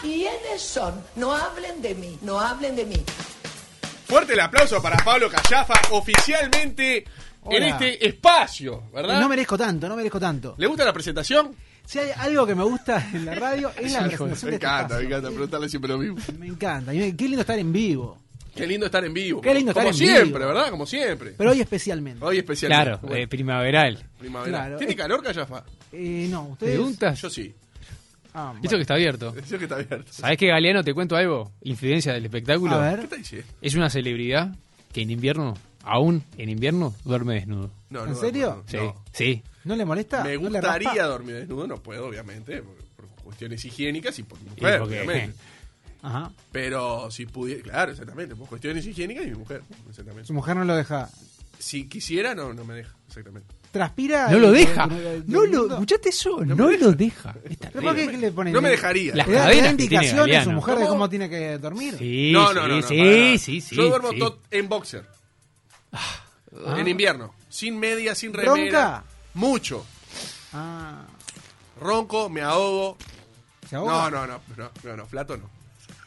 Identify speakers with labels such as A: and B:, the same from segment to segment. A: ¿Quiénes son? No hablen de mí, no hablen de mí.
B: Fuerte el aplauso para Pablo Callafa, oficialmente en
C: Hola.
B: este espacio, ¿verdad?
C: No merezco tanto, no merezco tanto.
B: ¿Le gusta la presentación?
C: Si hay algo que me gusta en la radio es la
B: me
C: presentación de este
B: encanta, me
C: espacio.
B: encanta preguntarle siempre lo mismo.
C: Me encanta. Y me- Qué lindo estar en vivo.
B: Qué lindo estar en vivo.
C: Qué lindo
B: Como
C: estar en
B: siempre,
C: vivo.
B: ¿verdad? Como siempre.
C: Pero hoy especialmente.
B: Hoy especial.
D: Claro,
B: Bueno,
D: eh, primaveral.
B: primavera.
C: claro.
B: ¿Tiene
C: Eh,
B: calor, Callafa?
C: Eh, no, ustedes.
D: ¿Preguntas?
B: Yo sí.
C: Ah, bueno.
D: Eso que está abierto.
B: Yo que está abierto.
D: ¿Sabés qué, Galeano? Te cuento algo. Influencia del espectáculo.
C: A
B: ¿Qué
C: ver.
B: está diciendo?
D: Es una celebridad que en invierno, aún en invierno, duerme desnudo.
B: No,
C: ¿En
B: no, no,
C: serio?
B: no.
D: Sí, sí.
C: ¿No le molesta?
B: Me
C: ¿No le
B: gustaría
C: raspa?
B: dormir desnudo, no puedo, obviamente, por, por cuestiones higiénicas y por mi
D: Y
B: mujer,
D: porque-
B: obviamente.
C: Ajá.
B: Pero si pudiera, claro, exactamente, por cuestiones higiénicas y mi mujer, exactamente.
C: Su mujer no lo deja.
B: Si quisiera, no, no me deja, exactamente.
C: Transpira.
D: No
C: y-
D: lo deja.
C: y-
D: No lo.
C: mundo.
D: Escuchate eso. No lo deja. Está
C: ¿Pero por qué
D: terrible.
C: le ponen?
B: No me dejaría.
D: Las
C: ¿Le da- le da
D: cadenas que tiene
C: indicaciones a su
D: Galeano.
C: mujer de cómo tiene que dormir?
D: Sí,
B: no, no, no,
D: sí,
B: no, para
D: sí,
B: nada.
D: sí, sí.
B: Yo duermo
D: sí.
B: tot- en boxer. En invierno, sin media, sin
C: ¿Ronca?
B: remera. Mucho.
C: Ah.
B: Ronco, me ahogo.
C: ¿Se
B: No,
C: ahoga?
B: no, no, no, no, no, flato no.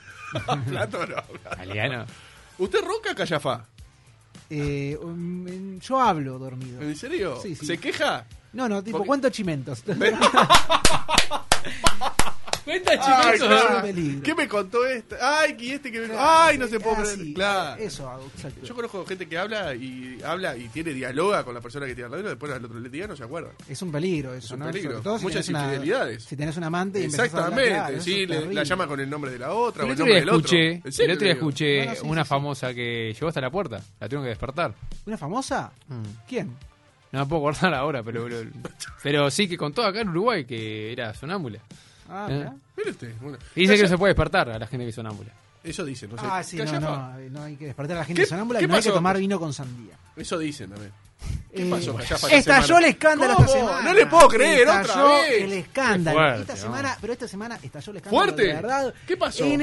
B: flato no.
D: Galeano.
B: ¿Usted ronca, Callafá?
C: Eh, um, en- yo hablo dormido.
B: ¿En serio?
C: Sí, sí.
B: ¿Se queja?
C: No, no, tipo,
B: Porque-
C: ¿cuántos chimentos?
D: Cuenta,
B: Ay,
D: chicos.
B: claro.
C: un peligro.
B: ¿Qué me contó esta? Ay, y este que me... Ay, no se puede
C: Ah,
B: poner.
C: sí,
B: Claro.
C: Eso hago, exacto.
B: Yo conozco gente que habla y habla y tiene dialoga con la persona que tiene al lado y después al otro día no se acuerda.
C: Es un peligro eso,
B: Es un
C: ¿no?
B: peligro.
C: Sobre todo
B: Muchas
C: tenés una-
B: infidelidades.
C: si tenés un amante y empezás a hablar,
B: Exactamente,
C: claro, eso
B: sí,
C: es
B: le- la
C: terrible.
B: llama con el nombre de la otra,
D: El
B: o el
D: otro
B: nombre
D: día
B: del otro.
D: escuché,
B: ¿En
D: el
B: serio
D: otro
B: le
D: día
B: digo?
D: escuché
C: No, no, sí,
D: una
C: sí, sí.
D: famosa que llegó hasta la puerta. La tuvieron que despertar.
C: ¿Una famosa? ¿Quién?
D: No la puedo guardar ahora, pero, pero, pero sí que contó acá en Uruguay que era sonámbula.
C: Ah,
D: ¿Eh?
C: mirá.
B: Mire usted, bueno.
D: Y dice que no
B: Calla-
D: se puede despertar a la gente que es sonámbula.
B: Eso dicen, no sé.
C: Ah, sí, no,
B: Calla,
C: no,
B: fa.
C: no hay que despertar a la gente
B: ¿Qué-
C: sonámbula
B: qué
C: y no hay que
B: pasó?
C: tomar vino con sandía.
B: Eso dicen también. ¿Qué
C: Eh,
B: pasó, Calla, fa, esta
C: Estalló el
B: semana?
C: escándalo
B: ¿Cómo?
C: esta semana.
B: No le puedo creer, otra
C: Estalló
B: vez.
C: el escándalo.
D: Qué fuerte,
C: esta
D: ¿no?
C: semana, pero esta semana estalló el escándalo.
B: ¿Fuerte?
C: de verdad.
B: ¿Qué pasó?
C: En,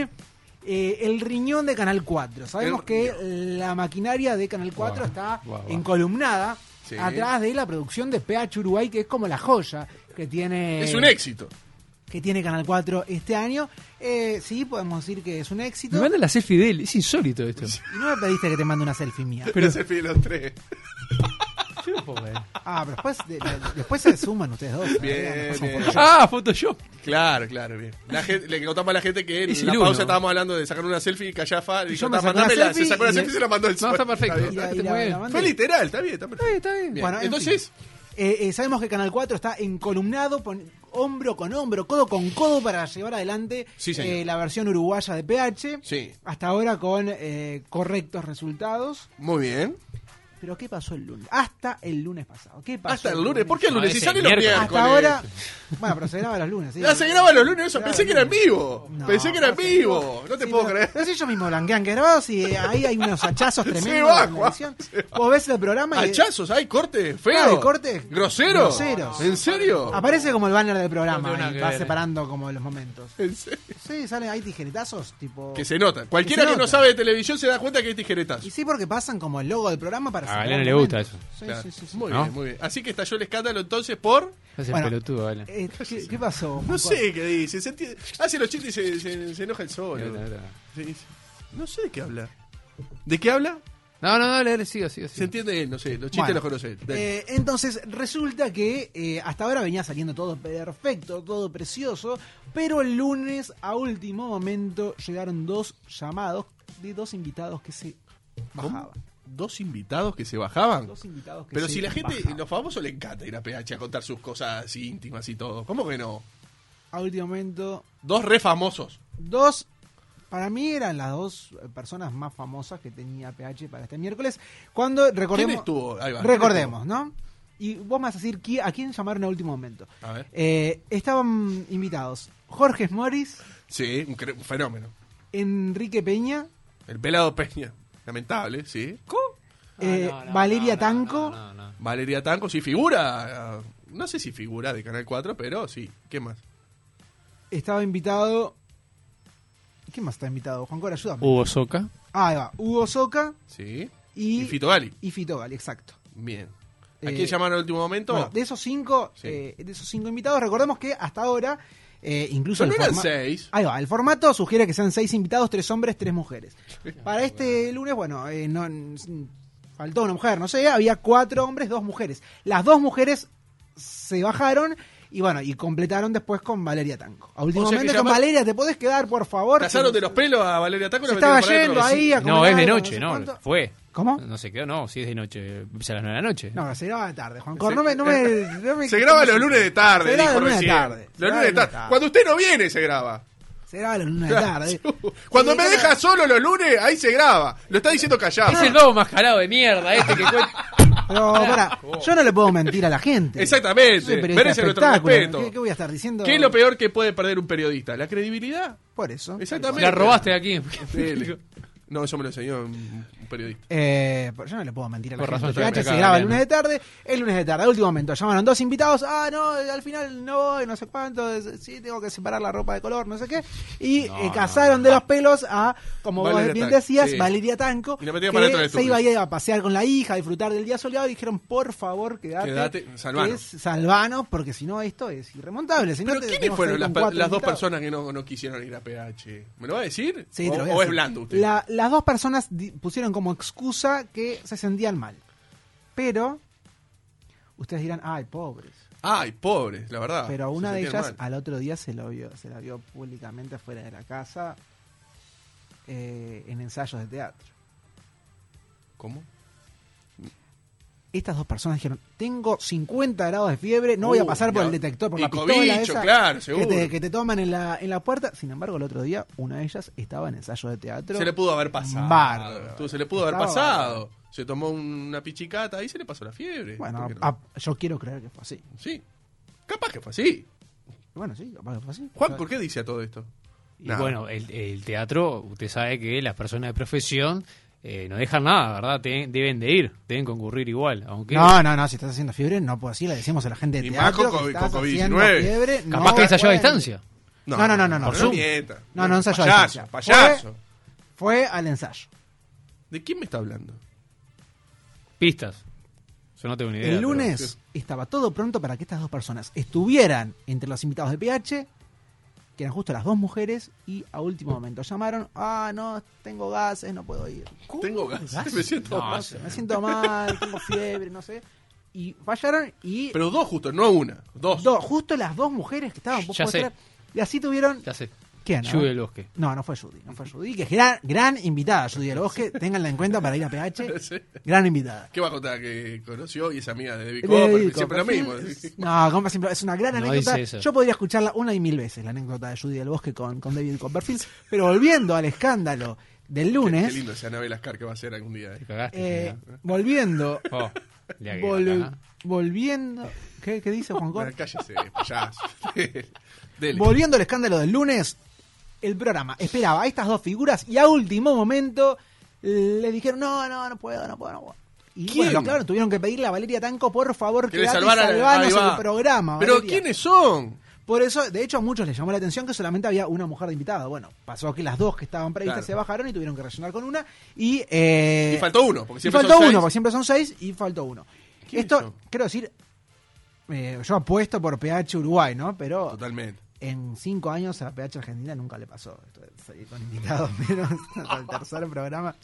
C: eh, el riñón de Canal 4. Sabemos
B: El
C: que la maquinaria de Canal 4
D: Guau,
C: está
D: guau, guau.
C: encolumnada
B: Sí.
C: atrás de la producción de PH Uruguay, que es como la joya que tiene
B: Es un éxito.
C: que tiene Canal 4 este año. Eh, sí, podemos decir que es un éxito.
D: Me manda la selfie de él, es insólito esto.
C: Y no me pediste que te mande una selfie mía.
B: Pero se pide los tres.
C: Ah, pero después, de- de- después se suman ustedes dos.
B: Bien,
C: Digamos, son
B: bien.
D: ah, Photoshop.
B: Claro, claro, bien. La gente, le contamos a la gente que
D: Es
B: en
D: el
B: la
D: uno.
B: pausa estábamos hablando de sacar una selfie y Callafa
C: Y
B: dijo,
C: yo me
B: "Ta,
C: saqué una
B: mandámela". se
C: selfie
B: sacó una
C: y-
B: selfie y se la mandó el
D: No, está perfecto.
C: Y la-
D: Está
C: y la-
D: muy bien.
C: la banda-
B: Fue literal, está bien, está perfecto.
D: Está bien.
B: Bien.
C: Bueno, en
B: Entonces,
C: fin. Ah, Eh, eh, sabemos que Canal 4 está encolumnado pon- hombro con hombro, codo con codo para llevar adelante
B: Sí, señor.
C: eh, la versión uruguaya de PH.
B: Sí.
C: Hasta ahora con eh, correctos resultados.
B: muy bien.
C: Pero ¿qué pasó el lunes? Hasta el lunes pasado. ¿Qué pasó?
B: Hasta el lunes. ¿Por qué el
D: No,
B: lunes? Si
D: ese
B: sale los
D: miércoles.
B: miércoles.
C: Hasta ahora. Bueno, pero se graba los lunes. ¿sí?
B: Ya se graba los lunes, eso.
C: Claro,
B: Pensé que era en vivo.
C: No,
B: Pensé que era en
C: no sé,
B: vivo. No te
C: sí,
B: puedo
C: pero-
B: creer.
C: No sé, ellos mismos blanquean que grabados y eh, ahí hay unos hachazos tremendos. en
B: va,
C: la
B: Juan,
C: edición.
B: se va.
C: Vos ves el programa y.
B: Hachazos, hay corte feo.
C: Claro, hay corte
B: Grosero.
C: groseros.
B: ¿En serio?
C: Aparece como el banner del
D: No tengo
C: programa
D: nada
C: y
D: que
C: va
D: ver, eh.
C: separando como los momentos.
B: ¿En serio?
C: Sí, salen ahí tijeretazos, tipo.
B: Que se nota. Cualquiera
C: se
B: que, no
C: nota.
B: sabe de televisión se da cuenta que hay tijeretazos.
C: Y sí, porque pasan como el logo del programa para.
D: A
C: separar
D: Galeano
C: el
D: le gusta
C: momento.
D: eso.
C: Sí,
B: Claro.
C: sí, sí, sí.
B: Muy
D: ¿No?
B: bien, muy bien. Así que estalló el escándalo entonces por.
D: Estás
C: Bueno,
D: pelotudo, Alan.
C: Eh, ¿qué, qué pasó?
B: No sé qué dice. se enti- Hace los chistes y se, se- se enoja el solo. Sí, sí. No sé de qué habla. ¿De qué habla?
D: No, no, dale, dale, siga, siga.
B: Se
D: siga.
B: entiende él, no sé. Los chistes
C: Bueno,
B: los conoce él. Dale.
C: eh, entonces, resulta que eh, hasta ahora venía saliendo todo perfecto, todo precioso, pero el lunes a último momento llegaron dos llamados de dos invitados que se bajaban.
B: ¿Cómo? Dos invitados que se bajaban.
C: Dos invitados que
B: Pero
C: se
B: si la gente,
C: bajaban.
B: los famosos le encanta ir a PH a contar sus cosas íntimas y todo. ¿Cómo que no?
C: A último momento,
B: Dos re famosos.
C: dos, para mí eran las dos eh, personas más famosas que tenía PH para este miércoles, cuando
B: ¿Quién
C: recordemos...
B: estuvo? Ahí va, ¿quién
C: Recordemos, ¿no? Y vos me vas a decir qui- a quién llamaron a último momento.
B: A ver.
C: Eh, estaban invitados Jorge Morris,
B: estuvo? Sí, un, cre- un fenómeno.
C: Enrique Peña,
B: El pelado Peña. Lamentable, sí.
C: eh,
D: Ah,
C: Valeria Tanco,
D: no, no.
B: Valeria Tanco, sí, figura. ah, No sé si figura de Canal 4, pero sí. ¿Qué más?
C: estaba invitado. ¿Quién más está invitado? Juan Cora, ayúdame.
B: Uh.
D: Hugo Soca.
C: Ah, ahí va. Hugo Soca
B: Sí.
C: y,
B: Y Fito Gali.
C: y Fito Gali, exacto.
B: Bien. ¿A
C: Eh,
B: quién llamaron al último momento?
C: Bueno, de esos cinco,
B: Sí.
C: eh, de esos cinco invitados, recordemos que hasta ahora, eh, incluso
B: Pero no
C: el
B: eran
C: forma-
B: seis.
C: Ahí va, el formato sugiere que sean seis invitados, tres hombres, tres mujeres. Para este lunes, bueno, eh, no, n- faltó una mujer, no sé, había cuatro hombres, dos mujeres. Las dos mujeres se bajaron y bueno, y completaron después con Valeria Tanco. A último
B: O sea que
C: momento,
B: llama-
C: Valeria, ¿te podés quedar, por favor?
B: Casaron
C: Que-
B: de los pelos a Valeria Tanco. y
C: Se
B: la
C: estaba
B: metieron para
C: yendo
B: adentro.
C: ahí. a
D: No,
C: comer
D: es de
C: algo,
D: noche,
C: no sé
D: no.
C: cuánto.
D: Fue.
C: ¿Cómo?
D: No se quedó, no, sí es de noche. Empieza a las nueve de la noche.
C: No, se graba tarde, Juan Cor, no me- no me- no me-
B: Se graba los lunes de tarde,
C: Se graba
B: dijo
C: los lunes de
B: recién.
C: tarde.
B: Los lunes de tarde. Cuando usted no viene, se graba.
C: Se graba los lunes de tarde.
B: Cuando
C: Sí,
B: me
C: claro.
B: deja solo los lunes, ahí se graba. Lo está diciendo callado.
D: Es el lobo mascarado de mierda este que cuenta.
C: Pero pará, yo no le puedo mentir a la gente.
B: Oh.
C: Yo
B: Exactamente.
C: soy periodista
B: Merece nuestro
C: espectáculo.
B: respeto.
C: ¿Qué, qué voy a estar diciendo?
B: ¿Qué es lo peor que puede perder un periodista? ¿La credibilidad?
C: Por eso.
B: Exactamente.
D: La robaste de aquí.
B: Sí, le- No, eso me lo enseñó un un periodista.
C: Eh, pero yo no le puedo mentir a la
D: Por razón,
C: gente. Gacha
D: estoy
C: se
D: acá,
C: graba el
D: Mariano.
C: lunes de tarde, el lunes de tarde, al último momento. Llamaron dos invitados, ah, no, al final no voy, no sé cuánto, es- sí, tengo que separar la ropa de color, no sé qué. Y eh, cazaron de los pelos a, como
B: Valeria
C: vos bien
B: Tanco,
C: decías,
B: sí.
C: Valeria Tanco,
B: Y la metieron para dentro
C: que
B: del
C: se
B: estudio.
C: iba a ir a pasear con la hija, a disfrutar del día soleado, y dijeron, por favor, quedate.
B: Quedate, salvanos.
C: que es- salvanos, porque si no, esto es irremontable. Si no
B: ¿Pero
C: te-
B: quiénes
C: tenemos que
B: fueron
C: ir
B: las,
C: con
B: pa-
C: cuatro
B: las dos
C: invitados.
B: personas que no, no quisieron ir a PH? ¿Me lo va a decir?
C: Sí,
B: ¿O,
C: te lo voy a
B: o es
C: decir.
B: blando usted?
C: La- las dos personas di- pusieron como excusa que se sentían mal. Pero ustedes dirán, ay, pobres.
B: Ay, pobres, la verdad.
C: Pero
B: Ah, Se
C: una de
B: sentían
C: ellas
B: mal.
C: al otro día se lo vio, se la vio públicamente afuera de la casa eh, en ensayos de teatro.
B: ¿Cómo?
C: Estas dos personas dijeron, tengo 50 grados de fiebre, no voy a
B: Uh,
C: pasar por
B: ya.
C: el detector, por
B: Y
C: la pistola
B: cobicho,
C: esa
B: claro,
C: que,
B: seguro.
C: te, que te toman en la, en la puerta. Sin embargo, el otro día una de ellas estaba en ensayo de teatro.
B: Se le pudo haber pasado.
C: Bárbaro.
B: Tú, se le pudo haber
C: Estaba
B: pasado. Se tomó una pichicata ahí y se le pasó la fiebre.
C: Bueno,
B: ¿Por qué no?
C: a- yo quiero creer que fue así.
B: Sí. Capaz que fue así.
C: Bueno, sí, capaz que fue así.
B: Juan, ¿por qué dice a todo esto?
D: Y
B: Nada.
D: bueno, el, el teatro, usted sabe que las personas de profesión eh, no dejan nada, ¿verdad? Te- deben de ir, deben concurrir igual. Aunque
C: No, no, no, si estás haciendo fiebre, no puedo decir, le decimos a la gente de
B: Y más con
C: teatro que
B: COVID-
C: estás
B: con
C: haciendo
B: COVID-19.
C: fiebre,
D: capaz
C: no
D: que ensayó a
C: pueden.
D: distancia.
C: No, no, no, no, no.
D: Por
B: No
D: Zoom.
B: mienta.
C: No, no ensayó a
B: Payaso,
C: distancia.
B: payaso.
C: Fue al ensayo.
B: ¿De quién me está hablando?
D: Pistas. Yo no tengo ni idea.
C: El
D: pero-
C: lunes estaba todo pronto para que estas dos personas estuvieran entre los invitados de PH, que eran justo las dos mujeres, y a último momento llamaron, ah, no, tengo gases, no puedo ir.
B: Tengo gases, me siento
D: No,
B: mal.
D: sí.
C: Me siento mal, tengo fiebre, no sé. Y fallaron y
B: Pero dos justo, no una, dos.
C: dos, justo las dos mujeres que estaban, vos
D: Ya
C: podés
D: sé.
C: creer, y así tuvieron...
D: Ya sé.
C: ¿Quién?
D: Judy del Bosque.
C: No, no fue Judy, no fue Judy, que es gran, gran invitada, Judy del Bosque, ténganla en cuenta para ir a PH,
B: Sí.
C: gran invitada.
B: ¿Qué va a contar que conoció y es amiga de David
C: Le
B: Copperfield?
C: dedico,
B: Siempre lo
C: perfil-
B: mismo.
C: No, Compa siempre- es una gran
D: No
C: anécdota.
D: dice eso.
C: Yo podría escucharla una y mil veces, la anécdota de Judy del Bosque con, con David Copperfield. Pero volviendo al escándalo del
B: Qué,
C: lunes,
B: qué lindo ese Anabel Ascar que va a ser algún día.
D: Te
B: eh.
D: cagaste.
C: eh, volviendo,
D: Oh, le agregué
C: vol-
D: acá.
C: volviendo, ¿qué, qué dice Juan Cor?
B: Bueno, cállese, payaso. Dele.
C: Volviendo al escándalo del lunes, el programa esperaba a estas dos figuras y a último momento le dijeron, no, no, no puedo, no puedo, no puedo. Y
B: ¿Quién?
C: bueno, lo aclararon, tuvieron que pedirle a Valeria Tanco, por favor,
B: Que
C: que
B: le salvara- ahí
C: salvanos
B: va.
C: el programa.
B: Pero
C: Valeria.
B: ¿quiénes son?
C: Por eso, de hecho, a muchos les llamó la atención que solamente había una mujer de invitada. Bueno, pasó que las dos que estaban previstas
B: Claro.
C: se bajaron y tuvieron que rellenar con una. Y, eh,
B: Y faltó uno, porque
C: y
B: siempre
C: faltó
B: son
C: uno,
B: seis.
C: porque siempre son seis y faltó uno.
B: ¿Quiénes
C: Esto,
B: son?
C: quiero decir, eh, yo apuesto por PH Uruguay, ¿no? Pero
B: Totalmente.
C: en cinco años a PH Argentina nunca le pasó. Esto de salir con invitados menos hasta el tercer programa.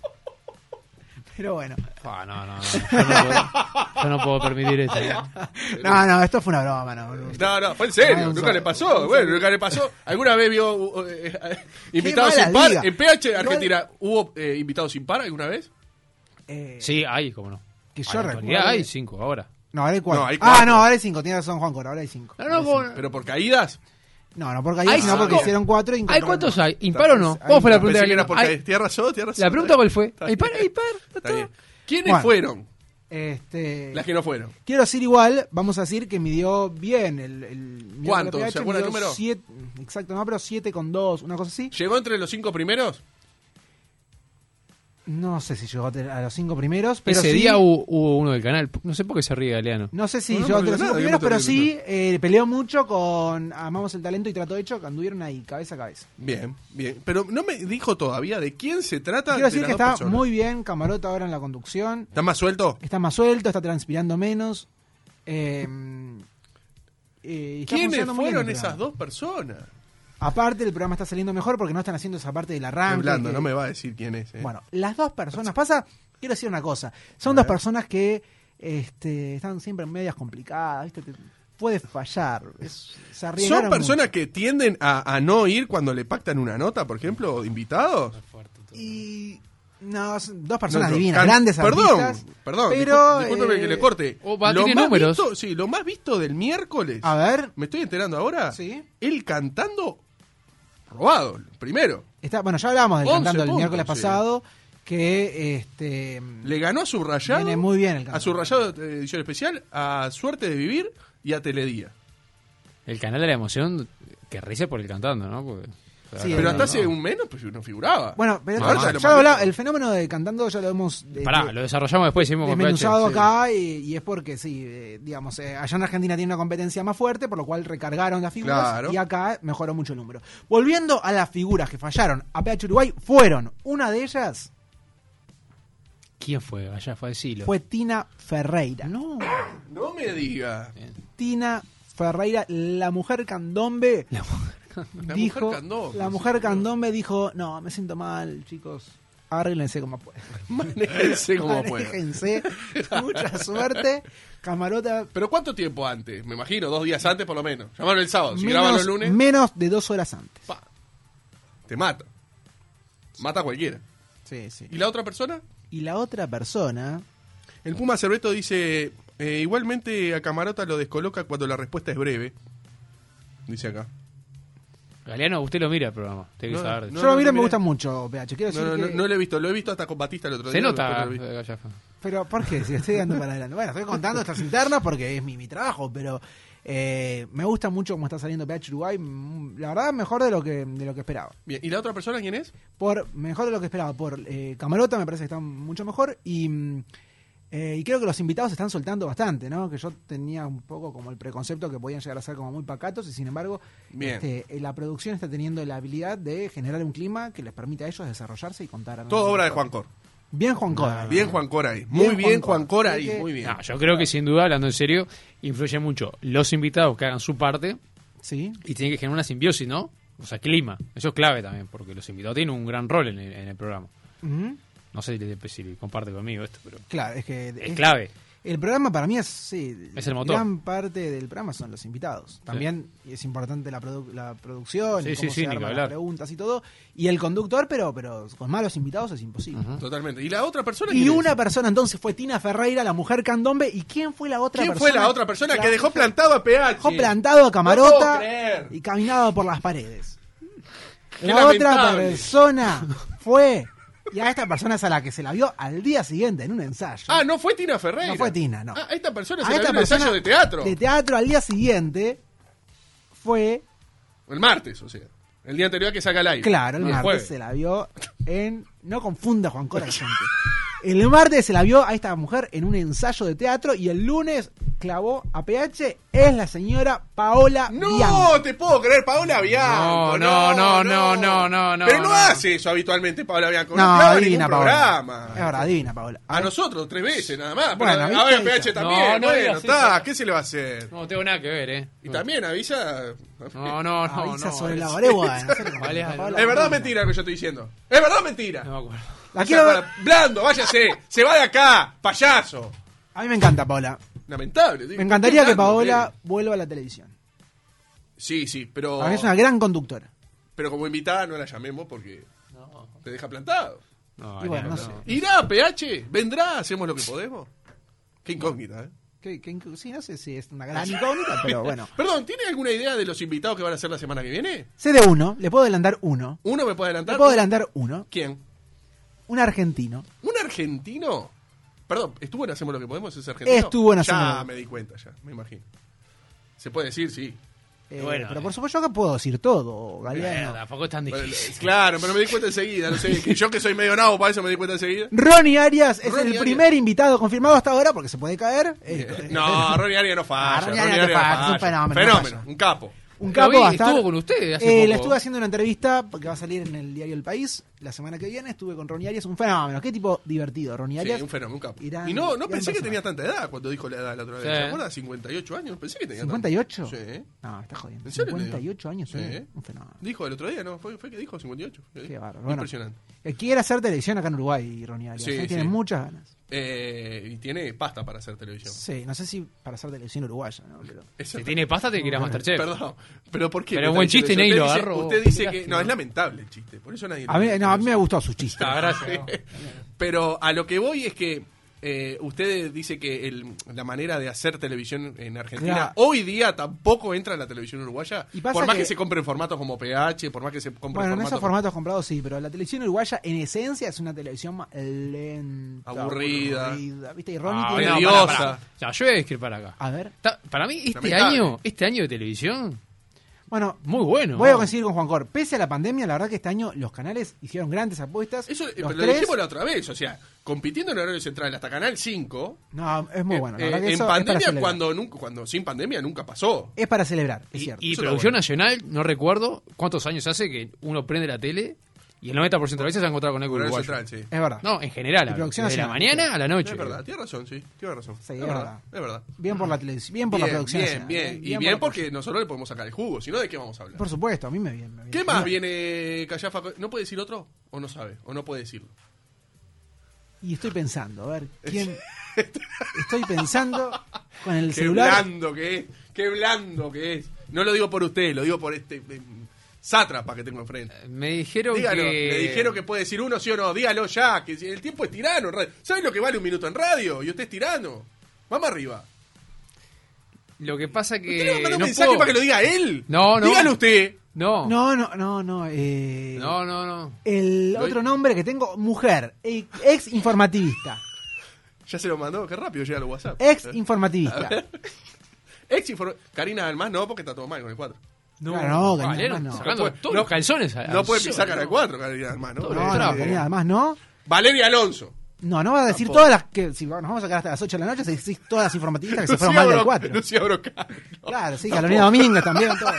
C: Pero bueno.
D: Ah, no, no, no. Yo no puedo, yo no puedo permitir ¿eh? esto.
C: No, no, esto fue una broma, no.
B: No, no, fue en serio,
C: Ah, un
B: nunca
C: solo-
B: le
C: un
B: pasó.
C: solo-
B: Bueno, nunca le pasó. ¿Alguna vez vio uh, uh, eh, eh, invitados
C: mala
B: sin par?
C: liga.
B: En PH
C: Igual-
B: Argentina, ¿hubo eh, invitados sin par alguna vez?
C: Eh,
D: Sí, hay, cómo no.
C: Que yo
D: Hay, en
C: recuerde-
D: realidad hay cinco ahora.
C: No, ahora hay cuatro.
B: No, hay cuatro.
C: Ah, no, ahora hay cinco. Tiene razón, Juan Cora, ahora hay cinco.
D: No, no, ¿cómo no?
B: ¿Pero por caídas?
C: No, no porque
D: Hay
C: hay, no porque
D: cinco.
C: hicieron cuatro. e
D: ¿Hay
C: incorporaron
D: cuántos
C: dos.
D: hay? ¿Impar o no?
C: Entonces,
D: ¿Cómo fue la
C: hay-
D: pregunta?
B: Pensé que
D: que
B: era por
D: hay-
B: caídas. Tierra razón, tierra razón.
D: La pregunta cuál fue.
B: Está
D: ¿Hay par?
B: bien.
D: ¿Hay par? ¿Hay par?
B: Está bien. ¿Quiénes
C: Bueno.
B: fueron?
C: Este,
B: Las que no fueron.
C: Quiero decir igual, vamos a decir que midió bien el... el midió
B: ¿Cuánto?
C: la
B: ¿Se
C: PH,
B: acuerda el
C: midió
B: número?
C: siete- exacto, no, pero 7 con 2, una cosa así.
B: ¿Llegó entre los cinco primeros?
C: No sé si llegó a tener- a los 5 primeros, pero
D: Ese
C: sí-
D: día hubo, hubo uno del canal. No sé por qué se ríe Galeano.
C: No sé si
B: No, no
C: llegó a
B: me
C: tener los
B: olvidó
C: cinco
B: nada,
C: primeros,
B: digamos,
C: pero
B: te
C: sí eh, peleó mucho con Amamos el Talento y Trato Hecho, que anduvieron ahí, cabeza a cabeza.
B: Bien, bien. Pero no me dijo todavía de quién se trata.
C: Quiero
B: de
C: decir
B: las
C: que
B: dos
C: está
B: personas.
C: muy bien Camarota ahora en la conducción.
B: ¿Está más suelto?
C: Está más suelto, está transpirando menos. eh, eh, está
B: ¿Quiénes
C: funcionando muy bien el
B: fueron
C: programa. Ah,
B: esas dos personas?
C: Aparte, el programa está saliendo mejor porque no están haciendo esa parte del arranque.
B: Temblando,
C: que-
B: no me va a decir quién es. eh.
C: Bueno, las dos personas. Pasa, quiero decir una cosa. Son dos personas que este, están siempre en medias complicadas, ¿viste? Te- puede fallar. es- se
B: ¿Son
C: arriesgaron
B: personas
C: mucho.
B: que tienden a, a no ir cuando le pactan una nota, por ejemplo, o de invitados?
C: Y. No, son dos personas
B: No, no,
C: divinas,
B: can-
C: grandes
B: perdón,
C: artistas.
B: Perdón,
C: pero,
B: discul- discúlpeme
C: eh,
B: que le corte.
D: Oh, va,
B: lo
D: tiene
B: más
D: números.
B: Visto, sí, lo más visto del miércoles.
C: A ver,
B: Me estoy enterando ahora.
C: Sí.
B: Él cantando robado, primero.
C: está, bueno, ya hablábamos del
B: 11
C: cantando el
B: puntos,
C: miércoles
B: sí.
C: pasado. Que este.
B: Le ganó a Subrayado.
C: Viene muy bien el
B: A
C: cantante.
B: Subrayado eh, edición especial, a Suerte de Vivir y a Teledía.
D: El canal de la emoción que risa por el cantando, ¿no? Porque-
C: Sí,
B: Pero
C: no,
B: hasta hace un menos pues no figuraba.
C: Bueno, pero
B: Ahora
C: ya,
B: ya lo
C: lo
B: más
C: hablaba,
B: visto.
C: el fenómeno de cantando ya lo hemos eh,
D: Pará, lo desarrollamos después, seguimos con
C: desmenuzado
D: PH.
C: acá y, y es porque, sí, eh, digamos, eh, allá en Argentina tiene una competencia más fuerte, por lo cual recargaron las figuras
B: Claro.
C: y acá mejoró mucho el número. Volviendo a las figuras que fallaron a PH Uruguay, fueron, una de ellas
D: ¿Quién fue? Allá fue decirlo.
C: fue Tina Ferreira. No.
B: No me diga.
C: Tina Ferreira, la mujer candombe,
B: La
C: dijo,
B: mujer candombe,
C: la
B: sí,
C: mujer
B: señor.
C: candombe dijo, no, me siento mal, chicos, arréglense como puedan.
B: Manéjense como puedan.
C: Manéjense, mucha suerte. Camarota
B: Pero ¿cuánto tiempo antes? Me imagino, dos días antes por lo menos. Llamaron el sábado. Si graban los
C: menos,
B: lunes,
C: menos de dos horas antes.
B: pa, te mata. Mata a cualquiera.
C: Sí, sí.
B: ¿Y la otra persona?
C: Y la otra persona,
B: El Puma Cerveto dice, eh, igualmente a Camarota lo descoloca cuando la respuesta es breve. Dice acá.
D: Galeano, usted lo mira el programa. Tiene que
B: No,
D: saber.
B: no,
C: yo lo miro y me
B: miré.
C: gusta mucho, PH. Quiero decir
B: No, no,
C: que-
B: no, no lo he visto, lo he visto hasta con Batista el otro
D: Se
B: día.
D: nota.
B: pero lo vi.
D: eh, Gallafa.
C: Pero, ¿por qué? Si estoy dando para adelante. Bueno, estoy contando estas internas porque es mi, mi trabajo, pero eh, me gusta mucho cómo está saliendo PH Uruguay. Mm, La verdad, mejor de lo que, de lo que esperaba.
B: Bien, ¿y la otra persona quién es?
C: Por, mejor de lo que esperaba. Por eh, Camarota me parece que está mucho mejor y... mm, eh, y creo que los invitados se están soltando bastante, ¿no? Que yo tenía un poco como el preconcepto que podían llegar a ser como muy pacatos y sin embargo
B: Bien.
C: este, eh, la producción está teniendo la habilidad de generar un clima que les permite a ellos desarrollarse y contar.
B: Todo obra de Juan Cor.
C: Bien Juan Cor.
B: Bien Juan Cor ahí. Muy
C: Ah. Juan
B: bien
C: Cor.
B: Juan Cor
C: Así
B: ahí.
C: que-
B: Muy bien.
D: No, yo creo que sin duda, hablando en serio, influye mucho los invitados que hagan su parte
C: Sí.
D: y tienen que generar una simbiosis, ¿no? O sea, clima. Eso es clave también, porque los invitados tienen un gran rol en el, en el programa.
C: Ujú.
D: No sé si, le- si comparte conmigo esto, pero
C: Claro, es que...
D: es
C: es-
D: clave.
C: El programa para mí es... Sí,
D: Es el motor.
C: Gran parte del programa son los invitados. También es importante la, produ- la producción,
D: Sí,
C: y
D: sí,
C: cómo
D: sí,
C: se
D: ni que
C: arman las
D: hablar.
C: preguntas y todo. Y el conductor, pero, pero con malos invitados es imposible.
B: Totalmente. ¿Y la otra persona
C: Y
B: quién es?
C: una persona entonces fue Tina Ferreira, la mujer candombe. ¿Y quién fue la otra
B: ¿Quién
C: persona?
B: fue la otra persona que dejó plantado a PH?
C: Dejó plantado a
B: No
C: Camarota
B: puedo creer.
C: y caminado por las paredes.
B: Qué
C: La otra
B: lamentable.
C: persona fue. Y a esta persona es a la que se la vio al día siguiente en un ensayo.
B: Ah, no fue Tina Ferreira.
C: No fue Tina, no.
B: Ah, esta persona
C: A
B: se la vio en el ensayo de teatro.
C: De teatro al día siguiente fue,
B: El martes, o sea. El día anterior que saca el aire.
C: claro, el
B: Ah,
C: martes
B: jueves.
C: se la vio en. No confunda Juan Cora, gente. El martes se la vio a esta mujer en un ensayo de teatro y el lunes clavó a PH. Es la señora Paola
B: No,
C: Bianco.
B: te puedo creer, Paola Bianco.
D: No, no, no, no, no, no, no,
B: Pero no,
D: no.
B: hace eso habitualmente Paola Bianco. No, clava ningún programa.
C: Es verdad, divina, Paola.
B: A nosotros tres veces nada más.
C: Bueno,
B: pero,
C: ¿viste?
B: a ver, PH también.
D: No, no
B: bueno,
D: digas
B: está.
D: eso.
B: ¿Qué se le va a hacer?
D: No tengo nada que ver, ¿eh?
B: Y también avisa.
D: No, no, no.
C: Avisa
D: no,
C: sobre
D: es-
C: la pared, bueno, no sé cómo
D: Vale,
C: está
D: vale.
C: Paola.
B: Es verdad o mentira lo que yo estoy diciendo. Es verdad o mentira.
D: No me acuerdo.
C: La
B: O
C: quiero
B: sea,
C: ver-
B: para- Blando, váyase. se va de acá, payaso.
C: A mí me encanta Paola.
B: Lamentable. digo,
C: Me encantaría
B: qué
C: que
B: blando
C: Paola
B: que
C: vuelva a la televisión.
B: eres. Sí, sí, pero.
C: Para mí es una gran conductora.
B: Pero como invitada no la llamemos porque te deja plantado.
D: No,
C: Y bueno,
D: Galeano,
C: no sé.
B: Irá, PH, vendrá, hacemos lo que podemos. Qué incógnita, ¿eh?
C: Que- que inclu- sí, no sé si es una gran incógnita, pero bueno.
B: Perdón, ¿tiene alguna idea de los invitados que van a ser la semana que viene?
C: Sé de uno, le puedo adelantar uno.
B: ¿Uno me puede
C: Le
B: adelantar?
C: puedo adelantar uno.
B: ¿Quién?
C: Un argentino.
B: ¿Un argentino? Perdón, ¿estuvo en Hacemos lo que podemos? ¿Es argentino?
C: Estuvo en Hacemos
B: Ya
C: lo que-
B: me di cuenta, ya, me imagino. Se puede decir, sí.
C: Eh,
D: Bueno,
C: pero
D: eh.
C: por supuesto yo acá puedo decir todo,
D: Eh,
C: Galeano.
D: tampoco es tan
B: Bueno,
D: difícil.
B: Claro, pero me di cuenta enseguida. No sé, que yo que soy medio nabo, para eso me di cuenta enseguida.
C: Ronnie Arias es
B: Ronnie
C: el
B: Arias.
C: primer invitado confirmado hasta ahora porque se puede caer. Eh,
B: No, Ronnie Arias no falla.
C: Ah, Ronnie
B: Ronnie
C: Arias no
B: Arias no
C: falla, es un
B: falla.
C: fenómeno, no
B: Fenómeno,
C: falla.
B: un capo.
C: Un
D: Lo
C: capo
D: vi,
C: va a estar.
D: estuvo con usted hace
C: Eh,
D: poco.
C: Le estuve haciendo una entrevista que va a salir en el diario El País la semana que viene. Estuve con Ronnie Arias, un fenómeno. Qué tipo divertido, Ronnie
B: Sí,
C: Arias.
B: un fenómeno, un capo.
C: Irán-
B: y no, no
C: Irán
B: pensé que
C: personaje.
B: tenía tanta edad cuando dijo la edad la otra vez.
D: Sí.
B: ¿Te acuerdas? 58 años. No pensé que tenía tanta.
C: ¿58?
B: Sí.
C: No, está jodiendo.
B: ¿En serio te digo?
C: 58 años,
B: Sí.
C: eh, un fenómeno.
B: Dijo el otro día, ¿no? Fue, fue que dijo 58.
C: Qué bárbaro. Bueno,
B: Impresionante.
C: eh, quiere hacer televisión acá en Uruguay, Ronnie Arias.
B: Sí,
C: eh,
B: sí.
C: Tiene muchas ganas.
B: Eh, y tiene pasta para hacer televisión.
C: Sí, no sé si para hacer televisión uruguaya, ¿no? Pero-
B: Eso-
D: Si tiene pasta, te que ir a Masterchef.
B: Perdón, pero ¿por qué?
D: Pero
B: me
D: buen
B: está diciendo
D: chiste,
B: eso? Usted
D: Ney, lo
B: dice-
D: agarro.
B: Usted dice que. No, es lamentable el chiste, por eso nadie lo
C: A mí,
B: quiere.
C: no, a mí me ha gustado su chiste.
D: Ah, gracias.
B: Pero a lo que voy es que eh, usted dice que el- la manera de hacer televisión en Argentina
C: Claro.
B: hoy día tampoco entra en la televisión uruguaya.
C: Y pasa
B: por más que,
C: que-
B: se compren formatos como PH, por más que se compren
C: Bueno, en
B: formatos
C: esos formatos comprados sí, pero la televisión uruguaya en esencia es una televisión más lenta.
B: Aburrida.
C: aburrida, ¿Viste? Y Ronnie
D: Ah,
C: tiene- Ah.
D: no, pará,
B: Odiosa.
D: pará. Ya, yo voy a escribir para
B: Ah.
D: acá.
C: A ver.
D: Ta- Para mí, este
B: Lamentable.
D: año, este año de televisión,
C: Bueno,
D: muy bueno.
C: voy a coincidir con Juan Cor. Pese a la pandemia, la verdad que este año los canales hicieron grandes apuestas.
B: Eso eh,
C: los
B: pero lo dijimos la otra vez, o sea, compitiendo en horario central hasta Canal 5.
C: No, es muy
B: eh,
C: bueno. la
B: eh,
C: verdad que
B: en
C: eso es para
B: pandemia,
C: celebrar.
B: cuando, nunca, cuando sin pandemia nunca pasó.
C: Es para celebrar, es
D: Y-
C: cierto.
D: Y,
B: Eso está
D: Producción
B: bueno.
D: Nacional, no recuerdo cuántos años hace que uno prende la tele y el 90% de las veces se ha encontrado con algo
B: Horario
D: uruguayo.
B: central, sí.
C: es verdad.
D: No, en general.
C: Y
D: hablo.
C: Producción
D: Desde la
C: Nacional.
D: mañana a la noche.
B: Es verdad, tiene razón, sí, tiene razón.
C: Sí,
B: es,
C: es
B: verdad,
C: verdad.
B: es verdad.
C: Bien por la televisión, bien por la producción.
B: bien,
C: nacional,
B: bien, y
C: por
B: bien
C: la
B: porque nosotros le podemos sacar el jugo, si no, ¿de qué vamos a hablar?
C: producción. Por supuesto, a mí me viene. me viene.
B: ¿Qué más
C: Mira,
B: viene Callafa? ¿No puede decir otro? ¿O no sabe? ¿O no puede decirlo?
C: Y estoy pensando, a ver, ¿quién? estoy pensando con el
B: Qué
C: celular.
B: blando que es, qué blando que es. No lo digo por usted, lo digo por este eh, sátrapa que tengo enfrente.
D: Me dijeron
B: Dígalo,
D: que...
B: le dijeron que puede decir uno sí o no, dígalo ya, que si- el tiempo es tirano. en radio. ¿Sabe lo que vale un minuto en radio? Y usted es tirano. Vamos arriba.
D: Lo que pasa
B: ¿Usted le va a
D: que...
B: mandar un
D: Eh, no
B: mensaje
D: puedo.
B: para que lo diga él?
D: No, no.
B: Dígalo usted.
D: No, no,
C: No, no, no, no. eh,
D: no, no.
C: El
B: Lo-
C: otro nombre que tengo, mujer, eh, ex informativista.
B: Ya se lo mandó, qué rápido llega al WhatsApp.
C: Ex
B: Eh,
C: informativista.
B: Ex inform- Karina además no, porque está todo mal con el 4.
D: No,
C: Claro, no, que
D: Valero,
C: no, no.
D: sacando
B: No puede-
D: todos
B: no-
D: los calzones. a-
B: No
D: al
B: puede
D: sol,
B: pisar cara
D: Eh, no.
B: de 4, Karina además, ¿no?
D: Todo
C: No,
D: Trapo.
C: no, tenía además, ¿no?
B: Valeria Alonso.
C: No, no va a decir
B: Tampoco.
C: todas las que. Si nos vamos a sacar hasta las 8 de la noche, se decís todas las informativistas que se fueron mal del
B: Bro-
C: 4.
B: Lucía Broca. No.
C: Claro, sí, Carolina Domínguez también, todo.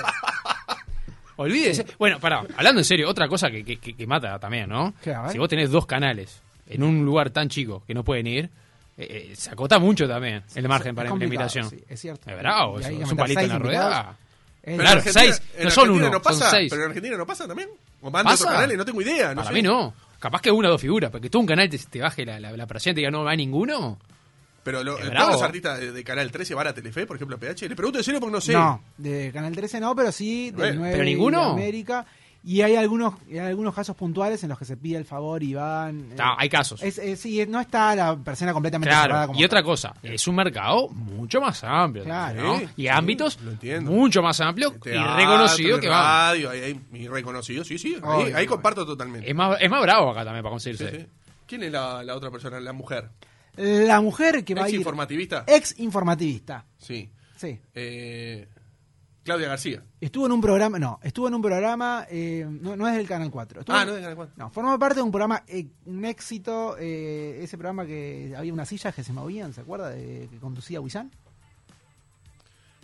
D: Olvídese. Bueno, pará, hablando en serio, otra cosa que, que- que- que mata también, ¿no?
C: ¿Qué, a ver?
D: Si vos tenés dos canales en un lugar tan chico que no pueden ir, eh, eh, se acota mucho también el margen para
C: Es
D: la
C: complicado,
D: invitación.
C: sí, es cierto.
D: Es bravo,
C: Y
D: eso,
C: hay que
D: es un
C: meter
D: palito
C: seis
D: en la
C: invitados.
D: rueda.
C: Es-
B: Pero en
D: Claro,
B: Argentina-
D: seis,
B: en
D: no son
B: Argentina
D: uno,
B: no pasa,
D: son seis.
B: Pero en Argentina no pasa también. O manda otros
D: Pasa.
B: canales, no tengo idea. No
D: Para
B: sé.
D: mí no. Capaz que una o dos figuras, porque todo un canal te, te baje la, la, la presión y te diga no va ninguno.
B: Pero lo-
D: Es
B: todos
D: bravo.
B: los artistas de, de Canal 13 van a Telefe, por ejemplo, a PH. Le pregunto en serio porque no sé.
C: No, de Canal 13 no, pero sí del
B: Bueno,
C: 9
D: pero
C: y de
D: ninguno.
C: América. Y hay algunos, y hay algunos casos puntuales en los que se pide el favor y van. eh,
D: No, hay casos.
C: es- es- sí, no está la persona completamente cerrada
D: Claro.
C: como
D: Y otra cosa, es un mercado mucho más amplio.
C: Claro.
D: ¿no?
B: Sí,
D: y
B: sí,
D: ámbitos
B: lo entiendo.
D: mucho más amplios
B: Este,
D: y
B: ah,
D: reconocido
B: este
D: que va.
B: radio, ahí, ahí, y reconocido, sí, sí. ahí-
C: Obvio,
B: ahí,
C: obvio.
B: comparto totalmente.
D: Es más, es más bravo acá también para
B: Sí,
D: conseguirse.
B: sí. ¿Quién es la, la otra persona? La mujer.
C: La mujer que va a
B: ¿Ex
C: ir. Eh.
B: informativista?
C: Ex informativista.
B: Sí.
C: Sí.
B: Eh, Claudia García.
C: Estuvo en un programa. No, estuvo en un programa. eh, no, no es del Canal 4. Estuvo-
B: Ah, no, es de Canal 4.
C: No, forma parte de un programa, eh, un éxito, eh, ese programa que había unas sillas que se movían, ¿se acuerda? De, que conducía Huizán.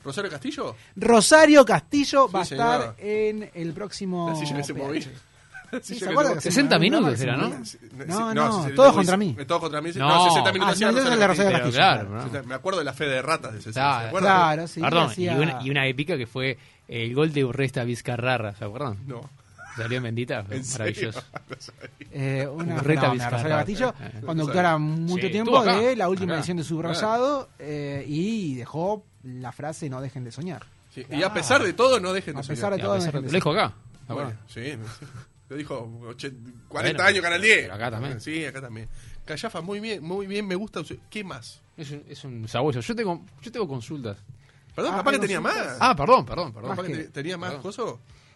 B: ¿Rosario Castillo?
C: Rosario Castillo
B: Sí,
C: va a
B: señora.
C: estar en el próximo.
B: La silla que se
C: PH.
B: movía. La
C: Sí,
B: silla
C: ¿se
B: que
C: acuerda
B: se
C: que
D: 60
C: se movía?
D: minutos era, ¿no?
C: No,
B: sí,
C: no,
B: sí, sí,
C: todos
B: sí,
C: contra
B: sí,
C: mí.
B: Todos contra mí. sí.
D: No.
B: No, 60 minutos
C: Ah,
B: hacía
C: no, yo
B: Rosario
C: de la Rosario
B: Castillo.
D: Pero
C: Castillo,
D: claro,
C: claro.
D: ¿no?
B: Sí, Me acuerdo de la fe de ratas de ese ¿se
D: Claro,
B: acuerdan?
C: claro, sí.
D: Perdón,
C: hacía-
D: y, una, y una épica que fue el gol de Urresta Vizcarrarra, ¿se acuerdan?
B: No.
D: Salió en bendita,
B: ¿En
D: fue
B: serio?
D: maravilloso.
B: No sabía.
C: Eh, una
D: Reta
C: reta
D: Vizcarra.
C: Rosario Castillo,
D: Eh,
C: conductora mucho
D: Sí,
C: tiempo
D: estuvo acá,
C: de la última
D: acá,
C: edición de Subrosado eh, y dejó la frase no dejen de soñar.
B: Sí, Y a pesar de todo, no dejen
C: A
B: de
C: pesar de
D: Y a
C: todo, no
D: pesar de-
C: dejen de
D: Lo
C: soñar.
D: dijo acá. ¿se
B: Bueno,
D: acuerdan?
B: sí. Lo dijo oche- 40
D: Bueno,
B: años, Canal 10.
D: pero acá también.
B: Sí, acá también. Callafa, muy bien, muy bien, me gusta. su- ¿Qué más?
D: Es un, es un sabueso. Yo tengo, yo tengo consultas.
B: Perdón,
C: Ah,
B: capaz que
C: hay
B: tenía más.
C: consultas.
D: Ah, perdón, perdón,
B: Perdón,
D: perdón. Eh,
B: capaz que
C: que-
B: te- tenía más cosas.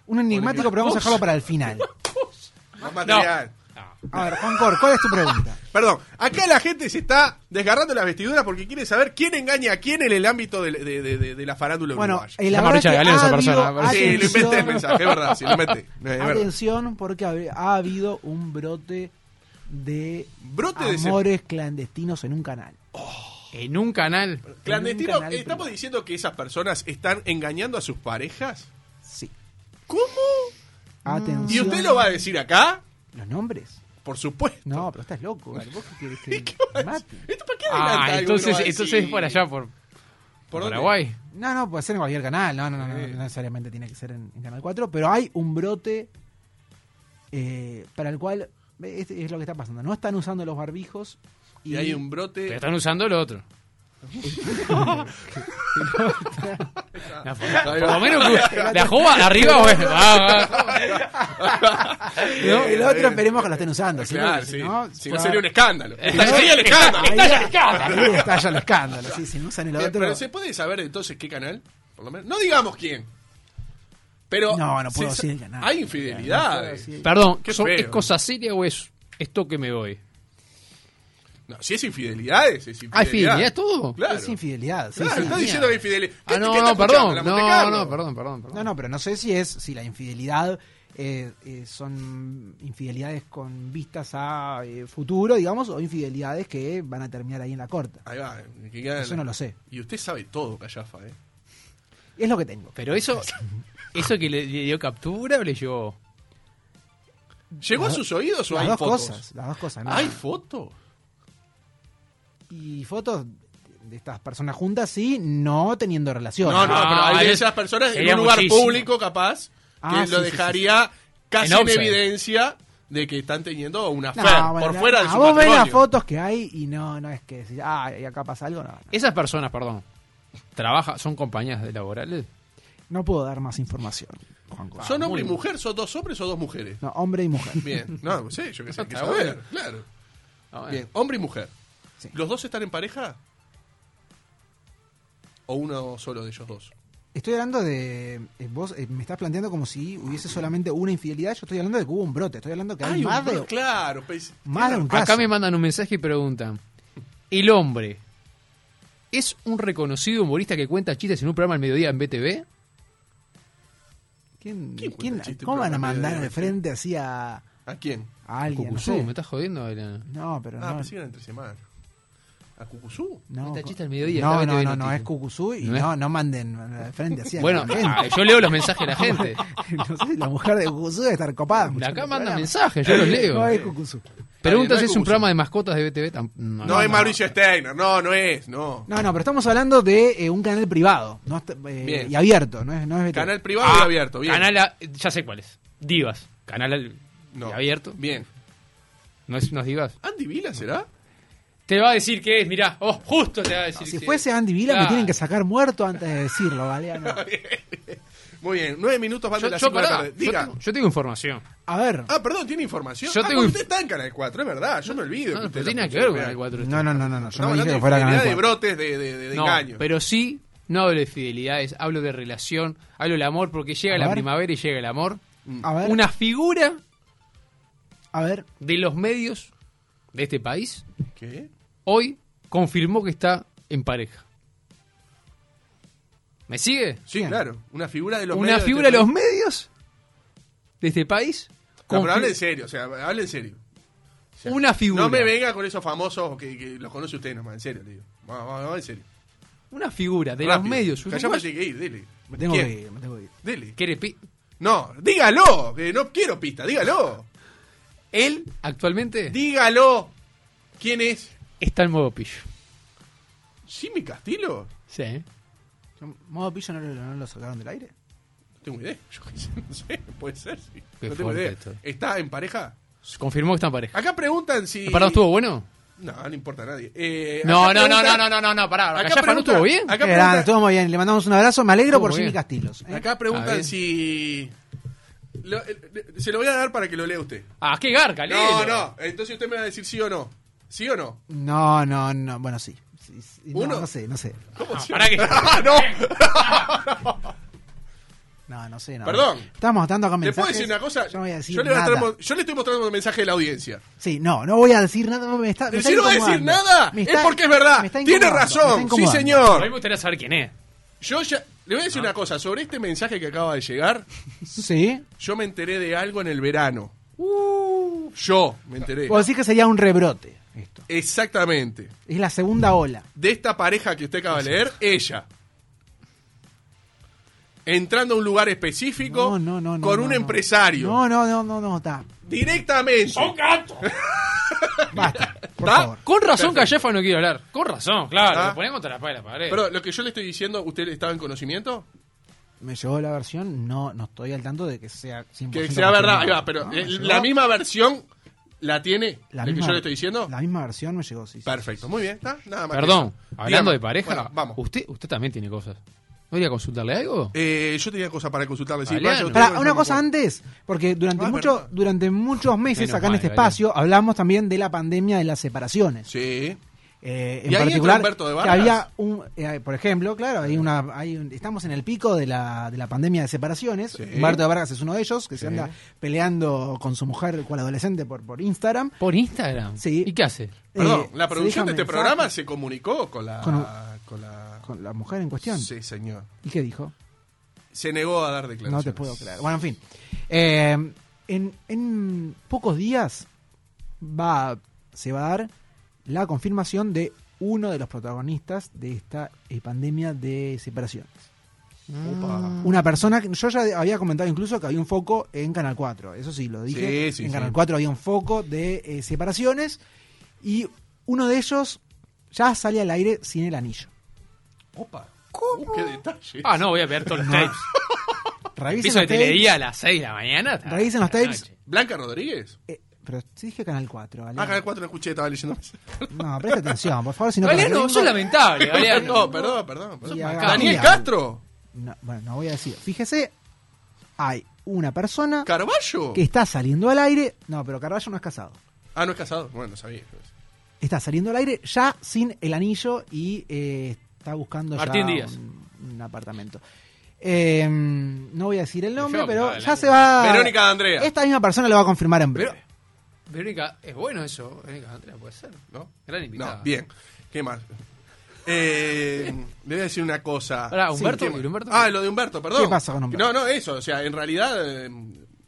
C: Un enigmático, pero vamos a dejarlo para el final.
B: Más
D: No,
B: material.
C: A ver, Juan Cor, ¿cuál es tu pregunta?
B: Perdón, acá la gente se está desgarrando las vestiduras porque quiere saber quién engaña a quién en el ámbito del- de, de- de- de la farándula
C: Bueno, eh,
B: uruguaya.
C: el
D: Llama a Richard Galeno, esa persona, me parece.
B: Sí, lo inventé el mensaje, es verdad, sí, lo inventé. No, es verdad.
C: Atención, porque ha- ha habido un brote de
B: Brote de ese-
C: amores clandestinos en un canal.
D: En un canal.
C: en un
B: Clandestino,
C: canal
B: ¿estamos
C: privado.
B: diciendo que esas personas están engañando a sus parejas?
C: Sí.
B: ¿Cómo? Mm.
C: Atención.
B: ¿Y usted lo va a decir acá?
C: ¿Los nombres?
B: Por supuesto.
C: No, pero estás loco. ¿Vos qué querés que
B: ¿Qué va a
C: mate?
B: decir? ¿Esto para qué adelanta
D: Ah,
B: algo que
D: entonces,
B: no va a
D: entonces es
B: decir?
D: por allá, por, por
B: dónde?
D: Paraguay.
C: No, no, puede ser en cualquier canal. No, no, no, no, no necesariamente tiene que ser en, en Canal 4. Pero hay un brote eh, para el cual eh, este es lo que está pasando. No están usando los barbijos.
B: Y hay un
D: Pero
B: brote.
D: están usando el otro. No, por, por lo menos que- la jova arriba, bueno, va, va.
C: ¿no? El otro esperemos que lo estén usando. si no,
B: Claro,
C: si
B: sí.
C: no,
B: Si
C: va-
B: no sería un escándalo.
D: Estaría el escándalo.
C: Ahí-
D: Estalla el escándalo.
C: Ahí estalla el escándalo. Sí, si no usan el
B: Pero,
C: otro.
B: pero se puede saber entonces qué canal, por lo menos. No digamos quién. Pero
C: No, no puedo
B: se-
C: decir el canal.
B: Hay infidelidades.
C: Sí.
D: Perdón,
B: Qué
D: ¿son-
B: feo.
D: ¿es cosa seria o es esto que me voy?
B: No, si es infidelidades, es infidelidad.
D: ¿Hay fidelidad todo?
B: Claro.
C: Es infidelidad. sí,
B: Claro,
C: sí.
B: está diciendo que infidelidad.
D: Ah, no, no, perdón. No, no, perdón, perdón, perdón.
C: No, no, pero no sé si es, si la infidelidad eh, eh, son infidelidades con vistas a eh, futuro, digamos, o infidelidades que van a terminar ahí en la corte.
B: Ahí va. que gana.
C: Eso no lo sé.
B: Y usted sabe todo, Callafa, ¿eh?
C: Es lo que tengo.
D: Pero eso, ¿eso que le, le dio captura o le llevó?
B: ¿Llegó a sus oídos o
C: las
B: hay
C: dos
B: fotos?
C: cosas, las dos cosas. ¿no?
B: ¿Hay fotos?
C: Y fotos de estas personas juntas, sí, no teniendo relación.
B: No, no,
D: Ah,
B: pero hay de
D: es-
B: esas personas en
D: sería
B: un lugar
D: muchísimo.
B: público capaz que
C: Ah, sí,
B: lo
C: sí,
B: dejaría casi
D: En
B: en,
D: offside.
B: evidencia de que están teniendo una
C: No,
B: fe
C: Ah, bueno,
B: por
C: no,
B: fuera de
C: no,
B: su
C: vos ves
B: matrimonio.
C: las fotos que hay y no, no es que decís, ah, y acá pasa algo, no. No,
D: Esas personas, perdón, trabaja, son compañías de laborales.
C: No puedo dar más información, Juan Cos.
B: ¿Son hombre y mujer? ¿Son dos hombres o dos mujeres?
C: No, hombre y mujer.
B: Bien, no, no sé, yo qué sé, hay que
D: Está
B: saber,
D: bueno.
B: claro.
D: Ah, bueno.
B: Bien, hombre y mujer.
C: Sí.
B: ¿Los dos están en pareja? ¿O uno solo de ellos dos?
C: Estoy hablando de. eh, vos eh, me estás planteando como si hubiese solamente una infidelidad. Yo estoy hablando de que hubo un brote. Estoy hablando que hay,
B: Ay,
C: más,
B: un-
C: de,
B: Claro, pues,
C: más de un caso.
D: Acá me mandan un mensaje y preguntan: ¿El hombre es un reconocido humorista que cuenta chistes en un programa al mediodía en BTV?
B: ¿Quién
C: ¿Quién,
B: cuenta
C: quién-
B: chiste
C: ¿Cómo van a
B: en programa
C: mandar
B: de-
C: de frente así a, a
B: ¿A quién?
C: alguien? No,
D: Cucuzú,
C: sé?
D: ¿me estás jodiendo? Era-
C: No, pero
B: Ah,
C: no.
B: pensé que era entre semana. ¿A Cucuzú?
C: no,
D: cuenta
C: cu-
D: chiste al mediodía,
C: No,
D: está
C: no,
D: BTV
C: no, no,
D: Noticias.
C: es Cucuzú y
D: ¿No
C: no,
D: es?
C: no, manden de frente así a
D: Bueno,
C: la gente.
D: ah, yo leo los mensajes de la gente.
C: no sé, la mujer de Cucuzú debe estar copada.
D: Acá
C: escuchando el
D: mandan
C: programa.
D: mensajes, yo los
C: No es
D: leo.
C: Cucuzú.
D: Pregunta si es
B: Cucuzú.
D: un programa de mascotas de BTV. tam- No,
B: No, es Mauricio Steiner, no, no es, no.
C: No, no, pero estamos hablando de eh, un canal privado no está- eh,
B: Bien.
C: y abierto. No es, no es BTV.
B: Canal privado y abierto, bien.
D: Ah, Canal, a- ya sé cuál es. Divas. Canal al-
B: No.
D: abierto.
B: Bien.
D: No es, no es Divas.
B: ¿Andy Vila será?
D: Te va a decir que es, mirá. Oh, justo te va a decir.
C: Si
D: que-
C: fuese Andy Vila,
D: Claro.
C: me tienen que sacar muerto antes de decirlo, ¿vale? Ah, no.
B: Muy bien, nueve minutos van
D: Yo,
B: de las
D: yo,
B: cinco de la
D: pará,
B: tarde.
D: yo
B: Diga.
D: tengo, yo tengo información.
C: A ver.
B: Ah, perdón, tiene información.
D: Yo
B: ah,
D: tengo
B: porque
D: inf-
B: usted está en Canal 4, es verdad, yo me olvido.
D: No, no,
B: usted
D: pero
B: está
D: tiene
B: en
D: que ver con
B: Canal
D: el 4.
C: No, no, no, no, no,
B: Estamos
C: yo no dije
B: hablando
C: que fuera
B: de
C: Canal
B: infidelidad de
C: 4.
B: brotes de, de, de, de
D: No,
B: engaño.
D: pero sí, no hablo de fidelidades, hablo de relación, hablo del amor, porque llega
C: A
D: la
C: ver.
D: primavera y llega el amor.
C: A ver,
D: Una figura
C: a ver.
D: de los medios de este país
B: ¿Qué?
D: hoy confirmó que está en pareja. ¿Me sigue?
B: Sí,
C: ¿Quién?
B: claro. Una figura de los
D: Una
B: medios
D: figura de
B: este
D: los
B: país.
D: medios de este país.
B: No, pero
D: confir-
B: hable en serio, o sea, hable en serio.
D: Una figura.
B: No me venga con esos famosos que, que los conoce usted nomás, en serio, le digo. Vamos, vamos, vamos, en serio.
D: Una figura de los
B: Rápido.
D: medios.
B: Callá, me tiene que ir, dele.
C: Me tengo
B: ¿Quién?
C: que ir, me tengo que ir.
B: Dele.
D: ¿Quiere pi-
B: No, dígalo, que no quiero pista, dígalo.
D: Él actualmente
B: Dígalo. ¿Quién es?
D: está en modo pillo.
B: ¿Jimmy Castillo?
D: Sí. ¿eh?
C: ¿Modo pillo no, lo- no lo sacaron del aire? Eh,
B: No tengo idea. Yo qué sé, no sé, puede ser. sí.
D: Qué
B: no tengo
D: fuerte
B: idea.
D: esto.
B: ¿Está en pareja?
D: Confirmó que está en pareja.
B: Acá preguntan si.
D: Ah, ¿Perdón, estuvo bueno?
B: No, no importa a nadie. Eh,
D: No,
B: acá
D: no, no,
B: preguntan-
D: no, no, no, no, no, pará.
B: Acá
D: Acá no
B: pregunta-
D: estuvo bien.
B: Acá
C: Qué grande,
B: pregunta-
C: estuvo muy bien. Le mandamos un abrazo. Me alegro
D: Estuvo
C: por
D: muy
C: Jimmy
D: bien.
C: Castillos. ¿eh?
B: Acá
D: A
B: preguntan
D: ver.
B: si. lo- eh, se lo voy a dar para que lo lea usted.
D: Ah, qué garca,
B: No, no. Entonces usted me va a decir sí o no. ¿Sí o no?
C: No, no, no. Bueno, sí. Sí, sí, no,
B: Uno.
D: Ah,
C: no sé, no sé.
B: ¿Cómo sí o
D: Para que.
B: no?
C: No, no sé. No.
B: Perdón.
C: Estamos tanto acá
B: ¿Le puedo
C: mensajes,
B: decir una cosa?
C: Yo no voy a decir
B: Yo le, voy a
C: nada.
B: traer- yo le estoy mostrando el mensaje de la audiencia.
C: Sí, no, no voy a decir nada. Me está, me
B: Pero
C: está
B: si no va a decir
C: incomodando.
B: nada,
C: Me
B: es
C: está-
B: porque es verdad.
C: me está
B: Tiene
C: incomodando, me está
B: razón. Sí,
C: incomodando.
D: A mí me
B: señor.
D: gustaría saber quién es.
B: Yo ya. Le voy a
C: Ah.
B: decir una cosa. Sobre este mensaje que acaba de llegar,
C: Sí.
B: yo me enteré de algo en el verano.
C: Uh.
B: Yo me enteré.
C: Puedo decir que sería un rebrote esto.
B: Exactamente.
C: Es la
B: Mm.
C: segunda ola.
B: De esta pareja que usted acaba de leer, ella. Entrando a un lugar específico
C: No, no, no, no,
B: con
C: no,
B: un
C: no.
B: empresario.
C: No, no, no, no, no, está.
B: Directamente.
C: Basta. Por
B: ¿Está?
C: favor.
D: Con razón Callefa no quiero hablar. Con razón, claro.
B: Ah.
D: Lo ponemos contra la pared de la pared.
B: Perdón, lo que yo le estoy diciendo, ¿usted estaba en conocimiento?
C: Me llegó la versión, no, no estoy al tanto de que sea 100%
B: Que sea verdad,
C: confirmada.
B: ahí va, pero
C: No, me
B: eh,
C: llegó
B: la misma versión la tiene la, que
C: misma-
B: yo le estoy diciendo.
C: La misma versión me llegó, sí. sí.
B: Perfecto, muy bien, ¿está? nada más. que
D: Perdón,
B: eso. Dígame.
D: hablando de pareja,
B: Bueno, vamos.
D: Usted, usted también tiene cosas. ¿No iría a consultarle algo?
B: Eh, yo tenía cosas para consultarle. Sí,
D: Galeano.
B: vaya, usted
C: Pará,
B: puede
C: Ah, una
B: hacer
C: cosa
B: un-
C: antes, porque durante,
B: Ah,
C: mucho,
B: perdón.
C: durante muchos meses
D: Menos
C: acá en
D: mal,
C: este
D: Galeano.
C: espacio hablamos también de la pandemia de las separaciones.
B: Sí.
C: Eh,
B: ¿Y ahí entra
C: en particular,
B: Humberto de
C: que
B: Vargas?
C: había un, eh, por ejemplo, claro, hay una, hay un- estamos en el pico de la, de la pandemia de separaciones.
B: Sí.
C: Humberto de Vargas es uno de ellos que se anda peleando con su mujer, cual adolescente, por, por Instagram.
D: ¿Por Instagram?
C: Sí.
D: ¿Y qué hace?
B: Perdón,
C: Eh,
B: la
C: se
B: producción de
C: deja
B: este
C: mensajes
B: programa se comunicó con la.
C: Con-
B: Con la.
C: con la mujer en cuestión.
B: Sí, señor.
C: ¿Y qué dijo?
B: Se negó a dar
C: No
B: declaraciones.
C: te puedo creer. Bueno, en fin. Eh, en, en pocos días va, se va a dar la confirmación de uno de los protagonistas de esta eh, pandemia de separaciones.
B: Opa.
C: Una persona que yo ya había comentado incluso que había un foco en Canal 4, eso sí, lo dije.
B: Sí, sí,
C: en
B: sí.
C: Canal 4 había un foco de eh, separaciones y uno de ellos ya sale al aire sin el anillo.
B: Opa. ¿Cómo? qué detalle.
D: Ah, no, voy a ver todos los tapes.
C: Revisen
D: Piso
C: los
D: de
C: tapes.
D: telería a las 6 de la mañana. hasta
C: Revisen los
D: la
C: tapes.
D: noche.
B: ¿Blanca Rodríguez?
C: Eh, pero te dije Canal 4, ¿vale?
B: Ah, Canal 4 no escuché, estaba leyendo.
C: No, presta atención, por favor, si no...
D: Galeano,
C: perdemos-
D: sos lamentable, Galeano.
B: no, perdón, perdón. perdón.
C: Y acá-
B: Daniel
C: Mira.
B: Castro.
C: No, bueno, no voy a decir. Fíjese, hay una persona
B: Carballo.
C: que está saliendo al aire... No, pero Carballo no es casado.
B: Ah, no es casado. Bueno, sabía.
C: Está saliendo al aire ya sin el anillo y eh, está buscando ya
D: Martín Díaz.
C: Un, un apartamento. Eh, no voy a decir el nombre,
D: Yo,
C: pero
D: dale.
C: ya se va...
B: Verónica de Andrea.
C: Esta misma persona lo va a confirmar en breve.
D: Pero- Verónica, es bueno eso. Verónica Andrea puede ser, ¿no? Gran invitada.
B: No, bien. ¿Qué más? Eh, le voy a decir una cosa.
D: Pará, Humberto,
B: ¿qué más?
D: ¿y Humberto?
B: Ah, lo de Humberto, perdón.
C: ¿Qué pasa con Humberto?
B: No, no, eso. O sea, en realidad eh,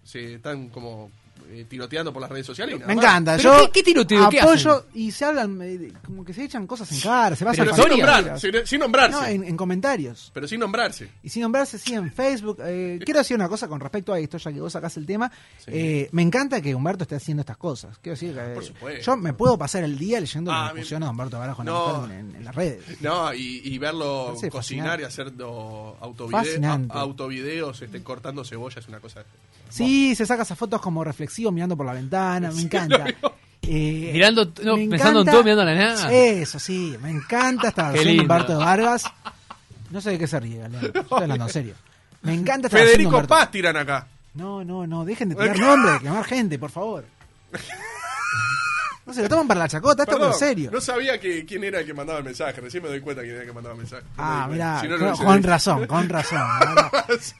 B: se están como eh, tiroteando por las redes sociales. y nada
C: Me
B: más.
C: encanta.
D: ¿Pero
C: Yo
D: qué- qué tiroteo? ¿Qué
C: apoyo y se hablan, eh, como que se echan cosas en cara, se pasan
B: Pero sin,
C: facturas.
B: nombrar, sin, sin nombrarse.
C: No, en, en comentarios.
B: Pero sin nombrarse.
C: Y sin nombrarse, sí, en Facebook. Eh, quiero decir una cosa con respecto a esto, ya que vos sacás el tema. Eh, me encanta que Humberto esté haciendo estas cosas. Quiero decir que eh,
B: Ah, Por supuesto.
C: yo me puedo pasar el día leyendo
B: Ah,
C: las
B: a mí-
C: discusiones de Humberto Barajo
B: No.
C: en, en- en las redes.
B: No, y, y verlo
C: Parece
B: cocinar
C: fascinante.
B: y hacer do- autovide-
C: Fascinante.
B: a- autovideos, este, cortando cebolla, es una cosa.
C: Sí, se saca esas fotos como reflexivo mirando por la ventana. Me encanta. Eh,
D: Mirando t- no,
C: me
D: pensando en todo, mirando la nada.
C: Eso, sí. Me encanta esta
D: Qué
C: versión de
D: lindo.
C: Humberto Vargas. No sé de qué se ríe, Galeano. Estoy hablando en serio. Me encanta esta versión de
B: Federico
C: Humberto.
B: Paz tiran acá.
C: No, no, no, dejen de tirar nombres, de clamar gente, por favor. No se lo toman para la chacota, esto es
B: Perdón,
C: en serio.
B: No sabía que, quién era el que mandaba el mensaje. Recién me doy cuenta quién era el que mandaba el mensaje. No me
C: Ah,
B: di cuenta.
C: mirá,
B: Si no, no
C: con,
B: hubiese
C: con
B: dicho.
C: razón, con razón. Ahora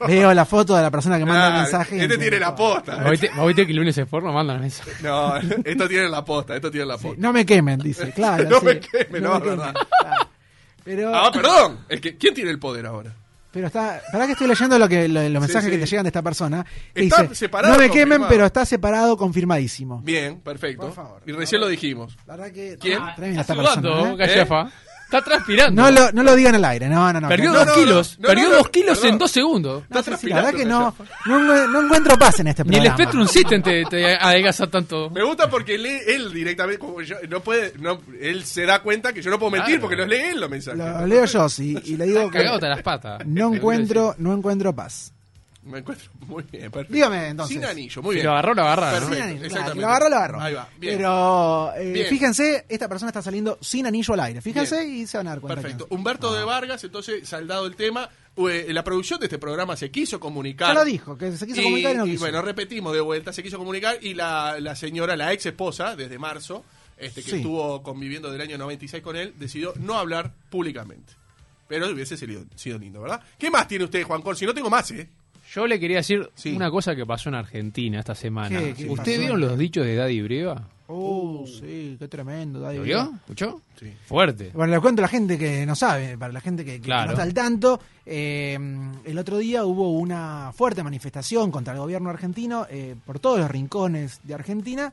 C: Veo la foto de la persona que manda el
B: Claro,
C: mensaje. y
B: Este
C: entiendo
B: tiene la
C: todo.
B: posta.
D: Oíste- oíste que el lunes es porno, mandan la mesa.
B: No, esto tiene la posta, esto tiene la
C: Sí,
B: posta.
C: no me quemen, dice, claro.
B: No
C: sí,
B: me quemen, no, verdad.
C: claro. Pero,
B: Ah, perdón. El que, ¿Quién tiene el poder ahora?
C: pero está. ¿Para que estoy leyendo lo que, lo- los mensajes
B: sí.
C: que te llegan de esta persona? que
B: Está
C: dice,
B: separado,
C: No me
B: confirmado.
C: quemen, pero está separado, confirmadísimo.
B: Bien, perfecto.
C: Por favor.
B: y recién lo dijimos.
C: La verdad que.
B: ¿Quién?
C: Ah, Tremenda esta
D: Está sudando,
C: persona. ¿eh?
D: Gallefa. Está transpirando.
C: No, lo, no lo digan al aire, no, no, no.
D: Perdió
C: no,
D: dos
C: no,
B: no,
D: kilos.
B: no, no,
D: Perdió
B: no,
D: dos kilos
B: perdón.
D: en dos segundos.
B: Está
C: sí, sí, la verdad que no,
B: transpirando,
C: no, encu- no encuentro paz en este
D: Ni
C: programa.
D: el Spectrum System te, te adelgaza tanto.
B: Me gusta porque lee él directamente. Como yo, no puede, no, él se da cuenta que yo no puedo mentir
D: Claro.
B: porque los lee él los mensajes.
C: Lo leo yo, sí, y le digo que
D: Cagado hasta las
C: no
D: patas. Te lo
C: encuentro,
D: quiero
C: no encuentro paz.
B: Me encuentro muy bien. perfecto.
C: Dígame, entonces.
B: Sin anillo, muy
D: decir.
B: bien.
D: Si lo agarró, lo agarra. ¿no?
B: Perfecto,
C: Sin anillo, claro,
B: exactamente.
C: lo agarro, lo agarro.
B: Ahí va, bien.
C: Pero eh,
B: Bien.
C: fíjense, esta persona está saliendo sin anillo al aire. Fíjense y se van a dar cuenta.
B: Perfecto.
C: quién es.
B: Humberto de Vargas, entonces, saldado el tema. eh, la producción de este programa se quiso comunicar.
C: Ya lo dijo, que se quiso comunicar y no quiso.
B: bueno, repetimos de vuelta, se quiso comunicar y la, la señora, la ex esposa, desde marzo, este, que
C: Sí.
B: estuvo conviviendo del año 96 con él, decidió no hablar públicamente. Pero hubiese sido, sido lindo, ¿verdad? ¿Qué más tiene usted, Juan Cor? Si no tengo más, ¿eh?
D: Yo le quería decir
B: Sí.
D: una cosa que pasó en Argentina esta semana.
C: ¿Qué? ¿Qué
D: ¿Usted
C: pasó?
D: vieron los dichos de Daddy Breva?
C: Oh, sí, qué tremendo. Daddy
D: ¿Lo
C: Brieva.
D: vio? ¿Escuchó?
B: Sí.
D: Fuerte.
C: Bueno, le cuento a la gente que no sabe, para la gente que, que
D: Claro.
C: no está al tanto. eh, el otro día hubo una fuerte manifestación contra el gobierno argentino eh, por todos los rincones de Argentina,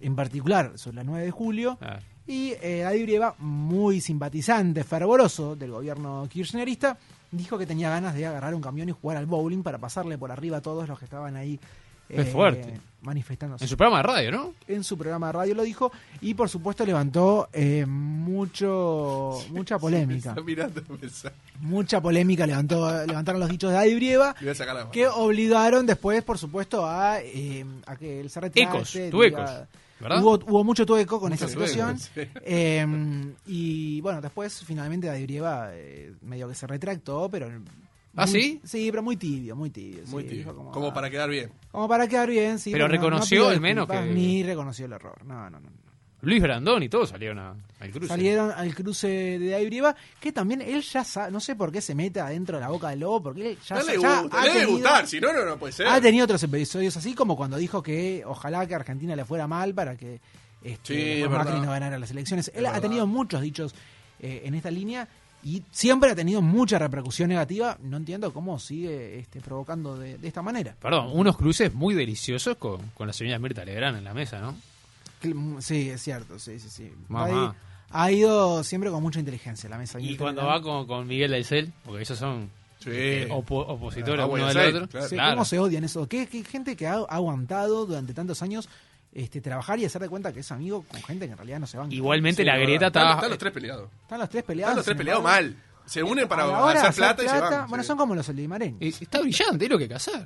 C: en particular sobre la 9 de julio.
D: Ah,
C: Y eh, Daddy Brieva, muy simpatizante, fervoroso del gobierno kirchnerista, dijo que tenía ganas de agarrar un camión y jugar al bowling para pasarle por arriba a todos los que estaban ahí eh,
D: Qué fuerte.
C: manifestándose
D: En su programa de radio, ¿no?
C: en su programa de radio lo dijo y por supuesto levantó eh, mucho mucha polémica
B: Está mirando el mensaje.
C: mucha polémica levantó levantaron los dichos de Adi Brieva
B: Le voy a sacar la
C: que obligaron después por supuesto a, eh, a que él se retirara
D: Ecos, tuecos, ¿verdad?
C: Hubo, hubo mucho tueco con esta
B: tueco,
C: situación
B: sí.
C: Eh, y bueno después finalmente Adi Brieva eh, medio que se retractó pero
D: ¿Ah,
C: muy-
D: sí?
C: sí pero muy tibio muy tibio
B: Muy
C: sí,
B: tibio.
C: dijo
B: Como,
C: ah,
B: para quedar bien.
C: como para quedar bien sí
D: Pero
C: no- no
D: reconoció
C: pidió
D: al menos
C: disculpas,
D: que-
C: ni reconoció el error no no no
D: Luis Brandón y todos salieron a- al cruce.
C: Salieron al cruce de Daddy Brieva, que también él ya sabe, no sé por qué se mete adentro de la boca del lobo, porque él ya,
B: Dale,
C: ya
B: gusta,
C: ha,
B: debe
C: tenido,
B: gustar, si no, no, no puede ser.
C: ha tenido otros episodios así, como cuando dijo que ojalá que a Argentina le fuera mal para que este,
B: Sí, es
C: Juan Macri
B: verdad.
C: no ganara las elecciones. Él ha
B: verdad.
C: tenido muchos dichos eh, en esta línea y siempre ha tenido mucha repercusión negativa. No entiendo cómo sigue este, provocando de, de esta manera.
D: Perdón, unos cruces muy deliciosos con, con la señora Mirta Legrand en la mesa, ¿no?
C: Cl- Sí, es cierto, sí, sí, sí.
D: Mamá.
C: Ha ha ido siempre con mucha inteligencia a la mesa.
D: Y cuando va con, con Miguel Daisel, porque ellos son
B: Sí.
D: eh, opo- opositores
B: Ah,
D: uno
B: Buenos
D: del
B: Aires,
D: otro.
B: claro.
C: Sí,
D: Claro.
C: ¿Cómo se odian eso? ¿Qué, qué gente que ha, ha aguantado durante tantos años este, trabajar y hacer de cuenta que es amigo con gente que en realidad no se van?
D: Igualmente
B: Sí,
D: la
B: verdad.
D: grieta
B: Están-
D: estaba...
B: Están los tres peleados.
C: Están los tres peleados.
B: Están los tres
C: sin
B: peleados
C: embargo,
B: mal. Se unen para
C: a la hora de
B: hacer, plata, y se van.
C: Bueno,
B: sí.
C: son como los olimareños.
D: Eh, Está brillante, es lo que hay que hacer.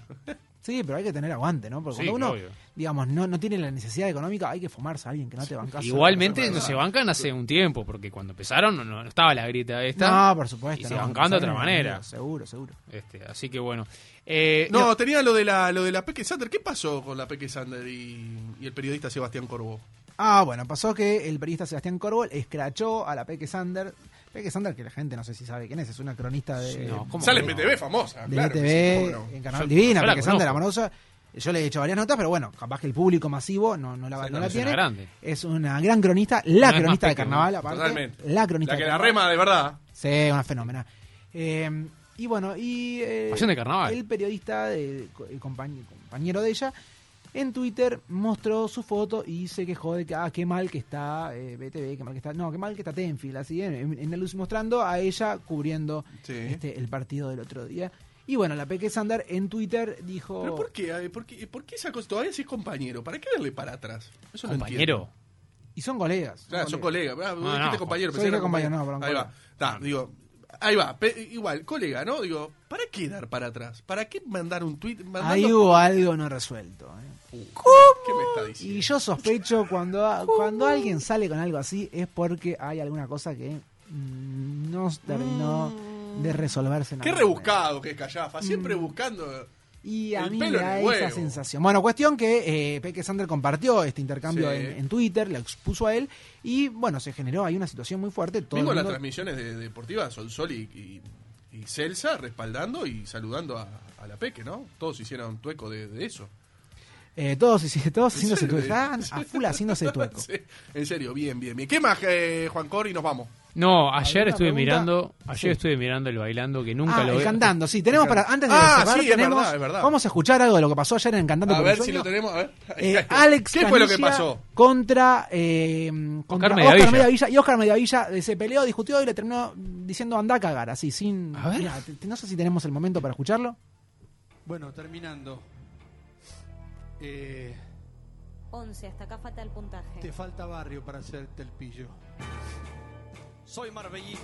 C: Sí, pero hay que tener aguante, ¿no? Porque
D: Sí,
C: cuando uno,
D: obvio.
C: digamos, no, no tiene la necesidad económica, hay que fumarse a alguien que no te bancas.
D: Igualmente no se bancan hace un tiempo, porque cuando empezaron no, no estaba la grieta esta.
C: No, por supuesto.
D: Y se
C: no,
D: bancaban de
C: empezaron
D: otra
C: enemigos,
D: manera.
C: Seguro, seguro.
D: Este, así que bueno. Eh,
B: No, tenía lo de la lo de la Peque Sander. ¿Qué pasó con la Peque Sander y, y el periodista Sebastián Corbó?
C: Ah, bueno, pasó que el periodista Sebastián Corbol escrachó a la Peque Sander. Peque Sander, que la gente no sé si sabe quién es, es una cronista de,
D: Sí, no, ¿cómo
B: Sale en
D: que no?
B: BTV famosa,
C: de
B: Ah, claro. que sí,
C: ETV,
B: cómo no.
C: en Carnaval
D: Yo-
C: Divina,
D: yo la
C: porque Sandra la
D: conozco.
C: Amorosa. Yo le he hecho varias notas, pero bueno, capaz que el público masivo no, no la, no la
D: es una
C: tiene.
D: grande.
C: Es una gran cronista, la
D: No es
C: cronista
D: más
C: de
D: pequeña,
C: carnaval, aparte.
B: Totalmente.
C: La cronista
B: La que
C: de
B: la
C: carnaval.
B: rema de verdad.
C: Sí, una fenómena. Eh, y bueno, y. eh,
D: Pasión de carnaval.
C: El periodista, de- co- el compañ- compañero de ella, en Twitter mostró su foto y se quejó de que, ah, qué mal que está eh, BTV, qué mal que está. No, qué mal que está Tenfield, así, en, en- en la luz, mostrando a ella cubriendo
B: Sí.
C: este, el partido del otro día. Y bueno, la Peque Sander en Twitter dijo.
B: ¿Pero por qué? Ay, ¿Por qué, por qué esa cosa? Todavía sí es compañero. ¿Para qué darle para atrás? Eso no entiendo.
D: compañero.
C: Y son colegas. son
B: Claro, son
C: colegas.
B: colegas. Ah, vos
D: No,
B: dijiste
D: no,
B: compañero,
C: yo
B: pensé que
C: dije
B: era
C: compañero,
B: compañero.
C: no, pero
B: Ahí va.
C: colega.
B: Ta, digo, ahí va. Pe- igual, colega, ¿no? Digo, ¿para qué dar para atrás? ¿Para qué mandar un tweet? Mandando...
C: Ahí hubo algo no resuelto. ¿eh?
B: ¿Qué me está diciendo?
C: Y yo sospecho cuando, cuando alguien sale con algo así es porque hay alguna cosa que mm, no terminó de resolverse. en
B: Qué
C: algún
B: rebuscado que es Callafa.
C: Mm.
B: Siempre buscando.
C: momento. Y a
B: El
C: mí
B: pelo
C: me
B: en el
C: da
B: huevo.
C: esa sensación. Bueno, cuestión que eh, Peque Sander compartió este intercambio
B: Sí.
C: en, en Twitter, lo expuso a él y bueno, se generó ahí una situación muy fuerte. Todo el
B: Vengo las
C: mundo-
B: transmisiones de, de deportivas, Sol Sol y, y, y Celsa respaldando y saludando a, a la Peque, ¿no? Todos hicieron tueco de, de eso.
C: Eh, todos, hici- todos haciéndose
B: Sí,
C: tueco.
B: sí.
C: Estaban a full haciéndose tueco.
B: Sí, en serio, bien, bien, bien. ¿Qué más, eh, Juan Cori? Nos vamos.
D: No, ayer
C: ¿Alguna
D: estuve
C: pregunta?
D: mirando, ayer
C: Sí.
D: estuve mirando el bailando que nunca
C: ah,
D: lo
C: el
D: he
C: cantando, sí. Tenemos para, antes de
B: Ah,
C: cerrar,
B: sí, es
C: tenemos-
B: verdad, es verdad.
C: vamos a escuchar algo de lo que pasó ayer en Cantando
B: A
C: por
B: ver
C: un
B: si lo
C: Sueño.
B: tenemos. A ver.
C: Eh, Alex
B: ¿Qué fue lo que
C: Canilla
B: pasó?
C: Contra, eh, contra Oscar,
D: Mediavilla.
C: Mediavilla. Y Oscar Mediavilla eh, se peleó, discutió y le terminó diciendo anda a cagar, así, sin...
D: A ver.
C: Mirá, te- te- no sé si tenemos el momento para escucharlo.
E: Bueno, terminando. Eh,
F: 11, hasta acá falta el puntaje.
E: te falta barrio para hacerte el pillo.
G: Soy Marbellí.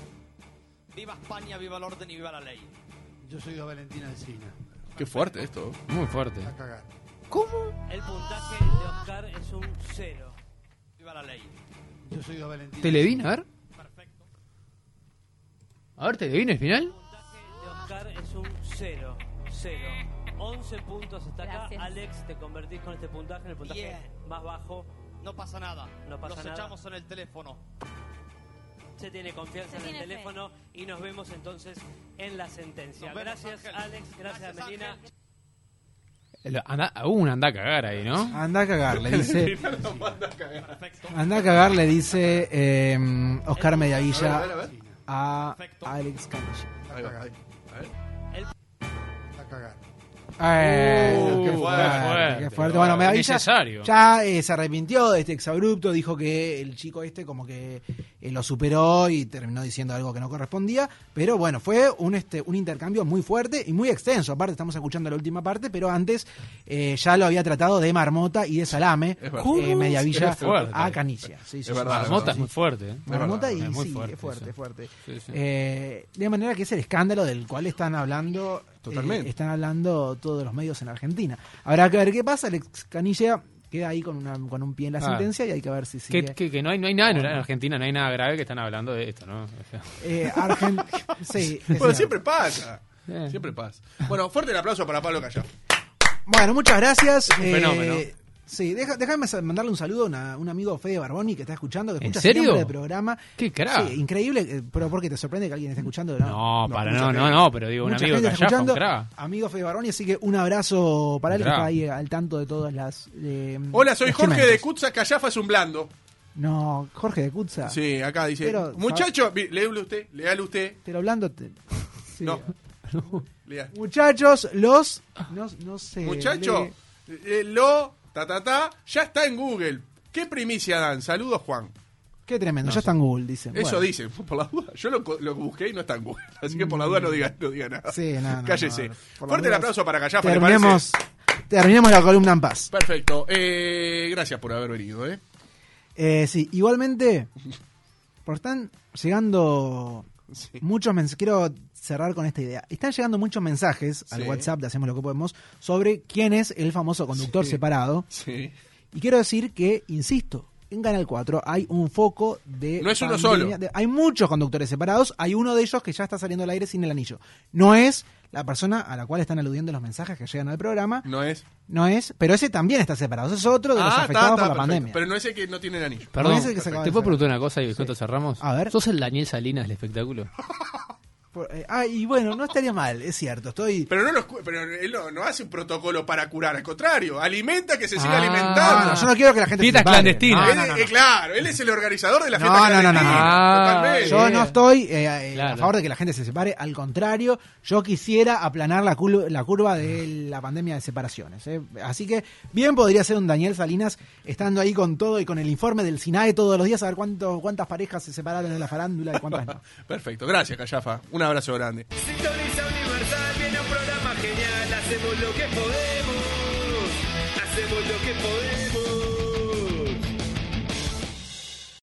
G: Viva España, viva el orden y viva la ley.
E: Yo soy de Valentina Alcina.
B: Qué fuerte esto.
D: Muy fuerte.
C: Ah,
E: A cagar.
G: El puntaje de Oscar es un cero. Viva la ley.
E: Yo soy de Valentina.
D: Televín, a ver.
G: Perfecto. El
D: A ver, Televín, el final.
G: puntaje de Oscar es un cero. Cero. 11 puntos hasta acá.
H: Gracias.
G: Alex, te convertís con este puntaje en el puntaje
E: Bien.
G: más bajo.
E: No pasa nada.
G: No pasa
E: Nos
G: nada.
E: echamos en el teléfono.
G: Se tiene confianza
H: Se
G: en
H: tiene
G: el
H: fe.
G: teléfono y nos vemos entonces en la sentencia.
E: Nos vemos,
G: gracias,
E: Ángel.
G: Alex. Gracias,
E: Gracias,
G: Melina.
E: Ángel.
D: Lo- anda- uh, un anda a cagar ahí, ¿no?
C: Anda a cagar, le dice.
D: Perfecto.
C: Anda a cagar, le dice eh, Oscar Mediavilla
B: A
C: a,
B: ver, a ver, a ver.
C: Alex Canilla.
B: Ahí va, ahí. A ver.
E: A cagar.
C: Eh,
D: Uh,
C: qué
D: qué
C: fuerte,
D: fuerte.
C: qué fuerte. Bueno, Mediavilla
D: Necesario.
C: ya eh, se arrepintió de este exabrupto, dijo que el chico este como que eh, lo superó y terminó diciendo algo que no correspondía, pero bueno, fue un este un intercambio muy fuerte y muy extenso. Aparte estamos escuchando la última parte, pero antes eh, ya lo había tratado de marmota y de salame
B: Es verdad.
C: eh, Mediavilla
D: Es fuerte.
C: a Canilla. Sí, sí,
B: Es
C: sí.
B: verdad, es
D: Marmota
B: verdad.
D: es muy fuerte. ¿eh?
C: Marmota y
D: Es muy
C: sí,
D: fuerte,
C: es fuerte,
D: sí.
C: fuerte.
D: Sí, sí.
C: Eh, de manera que es el escándalo del cual están hablando.
B: Totalmente.
C: eh, están hablando todos los medios en Argentina. Habrá que ver qué pasa. El ex Canilla queda ahí con, una, con un pie en la
D: Ah.
C: sentencia y hay que ver si sigue.
D: Que, que- que no, hay, no hay nada en en Argentina, no hay nada grave que están hablando de esto, ¿no? O sea,
C: Eh, Argen- sí, es
B: Bueno,
C: cierto.
B: siempre pasa.
D: Eh.
B: Siempre pasa. Bueno, fuerte el aplauso para Pablo Callao.
C: Bueno, muchas gracias.
D: un
C: Eh,
D: fenómeno.
C: Sí, deja- déjame sa- mandarle un saludo a una- un amigo Fede Barboni que está escuchando, que
D: ¿En
C: escucha
D: serio?
C: siempre el programa.
D: ¡Qué crack!
C: Sí, increíble, eh, pero porque te sorprende que alguien esté escuchando.
D: No, para no,
B: mucha
D: no,
B: gente.
D: no, pero digo, un
C: Mucha
D: amigo
C: gente
D: de
C: está
D: allá con
C: escuchando.
D: crack.
C: Amigo Fede Baroni, así que un abrazo para él que
D: Crack.
C: está ahí al tanto de todas las. eh,
B: Hola, soy
C: los
B: Jorge
C: gemelos.
B: de Cutza Callafa es un blando.
C: No, Jorge de Cutza.
B: Sí, acá dice.
C: Pero,
B: Muchacho, vi- léalo usted, léalo usted.
C: Te lo blando. te- sí.
B: No.
C: Eh,
B: Lea.
C: Muchachos, los. No, no sé.
B: Muchacho,
C: le-
B: eh, lo, ta, ta, ta, ya está en Google. ¿Qué primicia dan? Saludos, Juan.
C: Qué tremendo. ya está en Google, dicen.
B: Eso
C: Bueno.
B: dicen, por la duda. Yo lo, co- lo busqué y no está en Google. Así que por la duda no diga, no diga nada.
C: Sí, no, no,
B: Cállese.
C: no, no. Por las
B: Fuerte el
C: dudas,
B: aplauso para Callafa, ¿le parece?
C: Terminemos, terminemos la columna en paz.
B: Perfecto. Eh, gracias por haber venido, ¿eh?
C: Eh, sí, igualmente, por están llegando muchos mensajes. Quiero cerrar con esta idea. Están llegando muchos mensajes al
B: Sí.
C: WhatsApp de Hacemos lo que podemos sobre quién es el famoso conductor separado.
B: Sí.
C: Y quiero decir que, insisto, en Canal 4 hay un foco de.
B: No es uno
C: pandemia-
B: solo.
C: de- hay muchos conductores separados. Hay uno de ellos que ya está saliendo al aire sin el anillo. No es la persona a la cual están aludiendo los mensajes que llegan al programa.
B: No es.
C: No es, pero ese también está separado. Ese es otro de los
B: Ah, está,
C: afectados por
B: está,
C: la
B: perfecto.
C: pandemia.
B: Pero no es el que no tiene el anillo.
D: Perdón,
C: ese que se acaba
D: ¿te
C: de
D: puedo
C: saber.
D: preguntar una cosa y después cerramos?
C: A ver.
D: ¿Sos el Daniel Salinas del espectáculo?
C: Por- eh, ah, y bueno, no estaría mal, es cierto. Estoy.
B: Pero, no los cu- pero él no, no hace un protocolo para curar, al contrario, alimenta que se siga
D: Ah.
C: No,
B: alimentando.
C: no, yo no quiero que la gente.
D: Dietas
C: se pare.
D: clandestinas.
B: Él- eh, claro, él es el organizador de la
C: No,
B: fiesta.
C: no, no, no, no.
B: clandestina,
D: Ah,
B: totalmente.
C: Yo no estoy eh, eh,
D: Claro.
C: a favor de que la gente se separe, al contrario, yo quisiera aplanar la, cul- la curva de la pandemia de separaciones. eh. Así que bien podría ser un Daniel Salinas estando ahí con todo y con el informe del SINAE todos los días a ver cuánto, cuántas parejas se separaron de la farándula y cuántas no.
B: Perfecto, gracias, Callafa. Un abrazo grande.
I: Sintoniza Universal, viene un programa genial, hacemos lo que podemos, hacemos lo que podemos.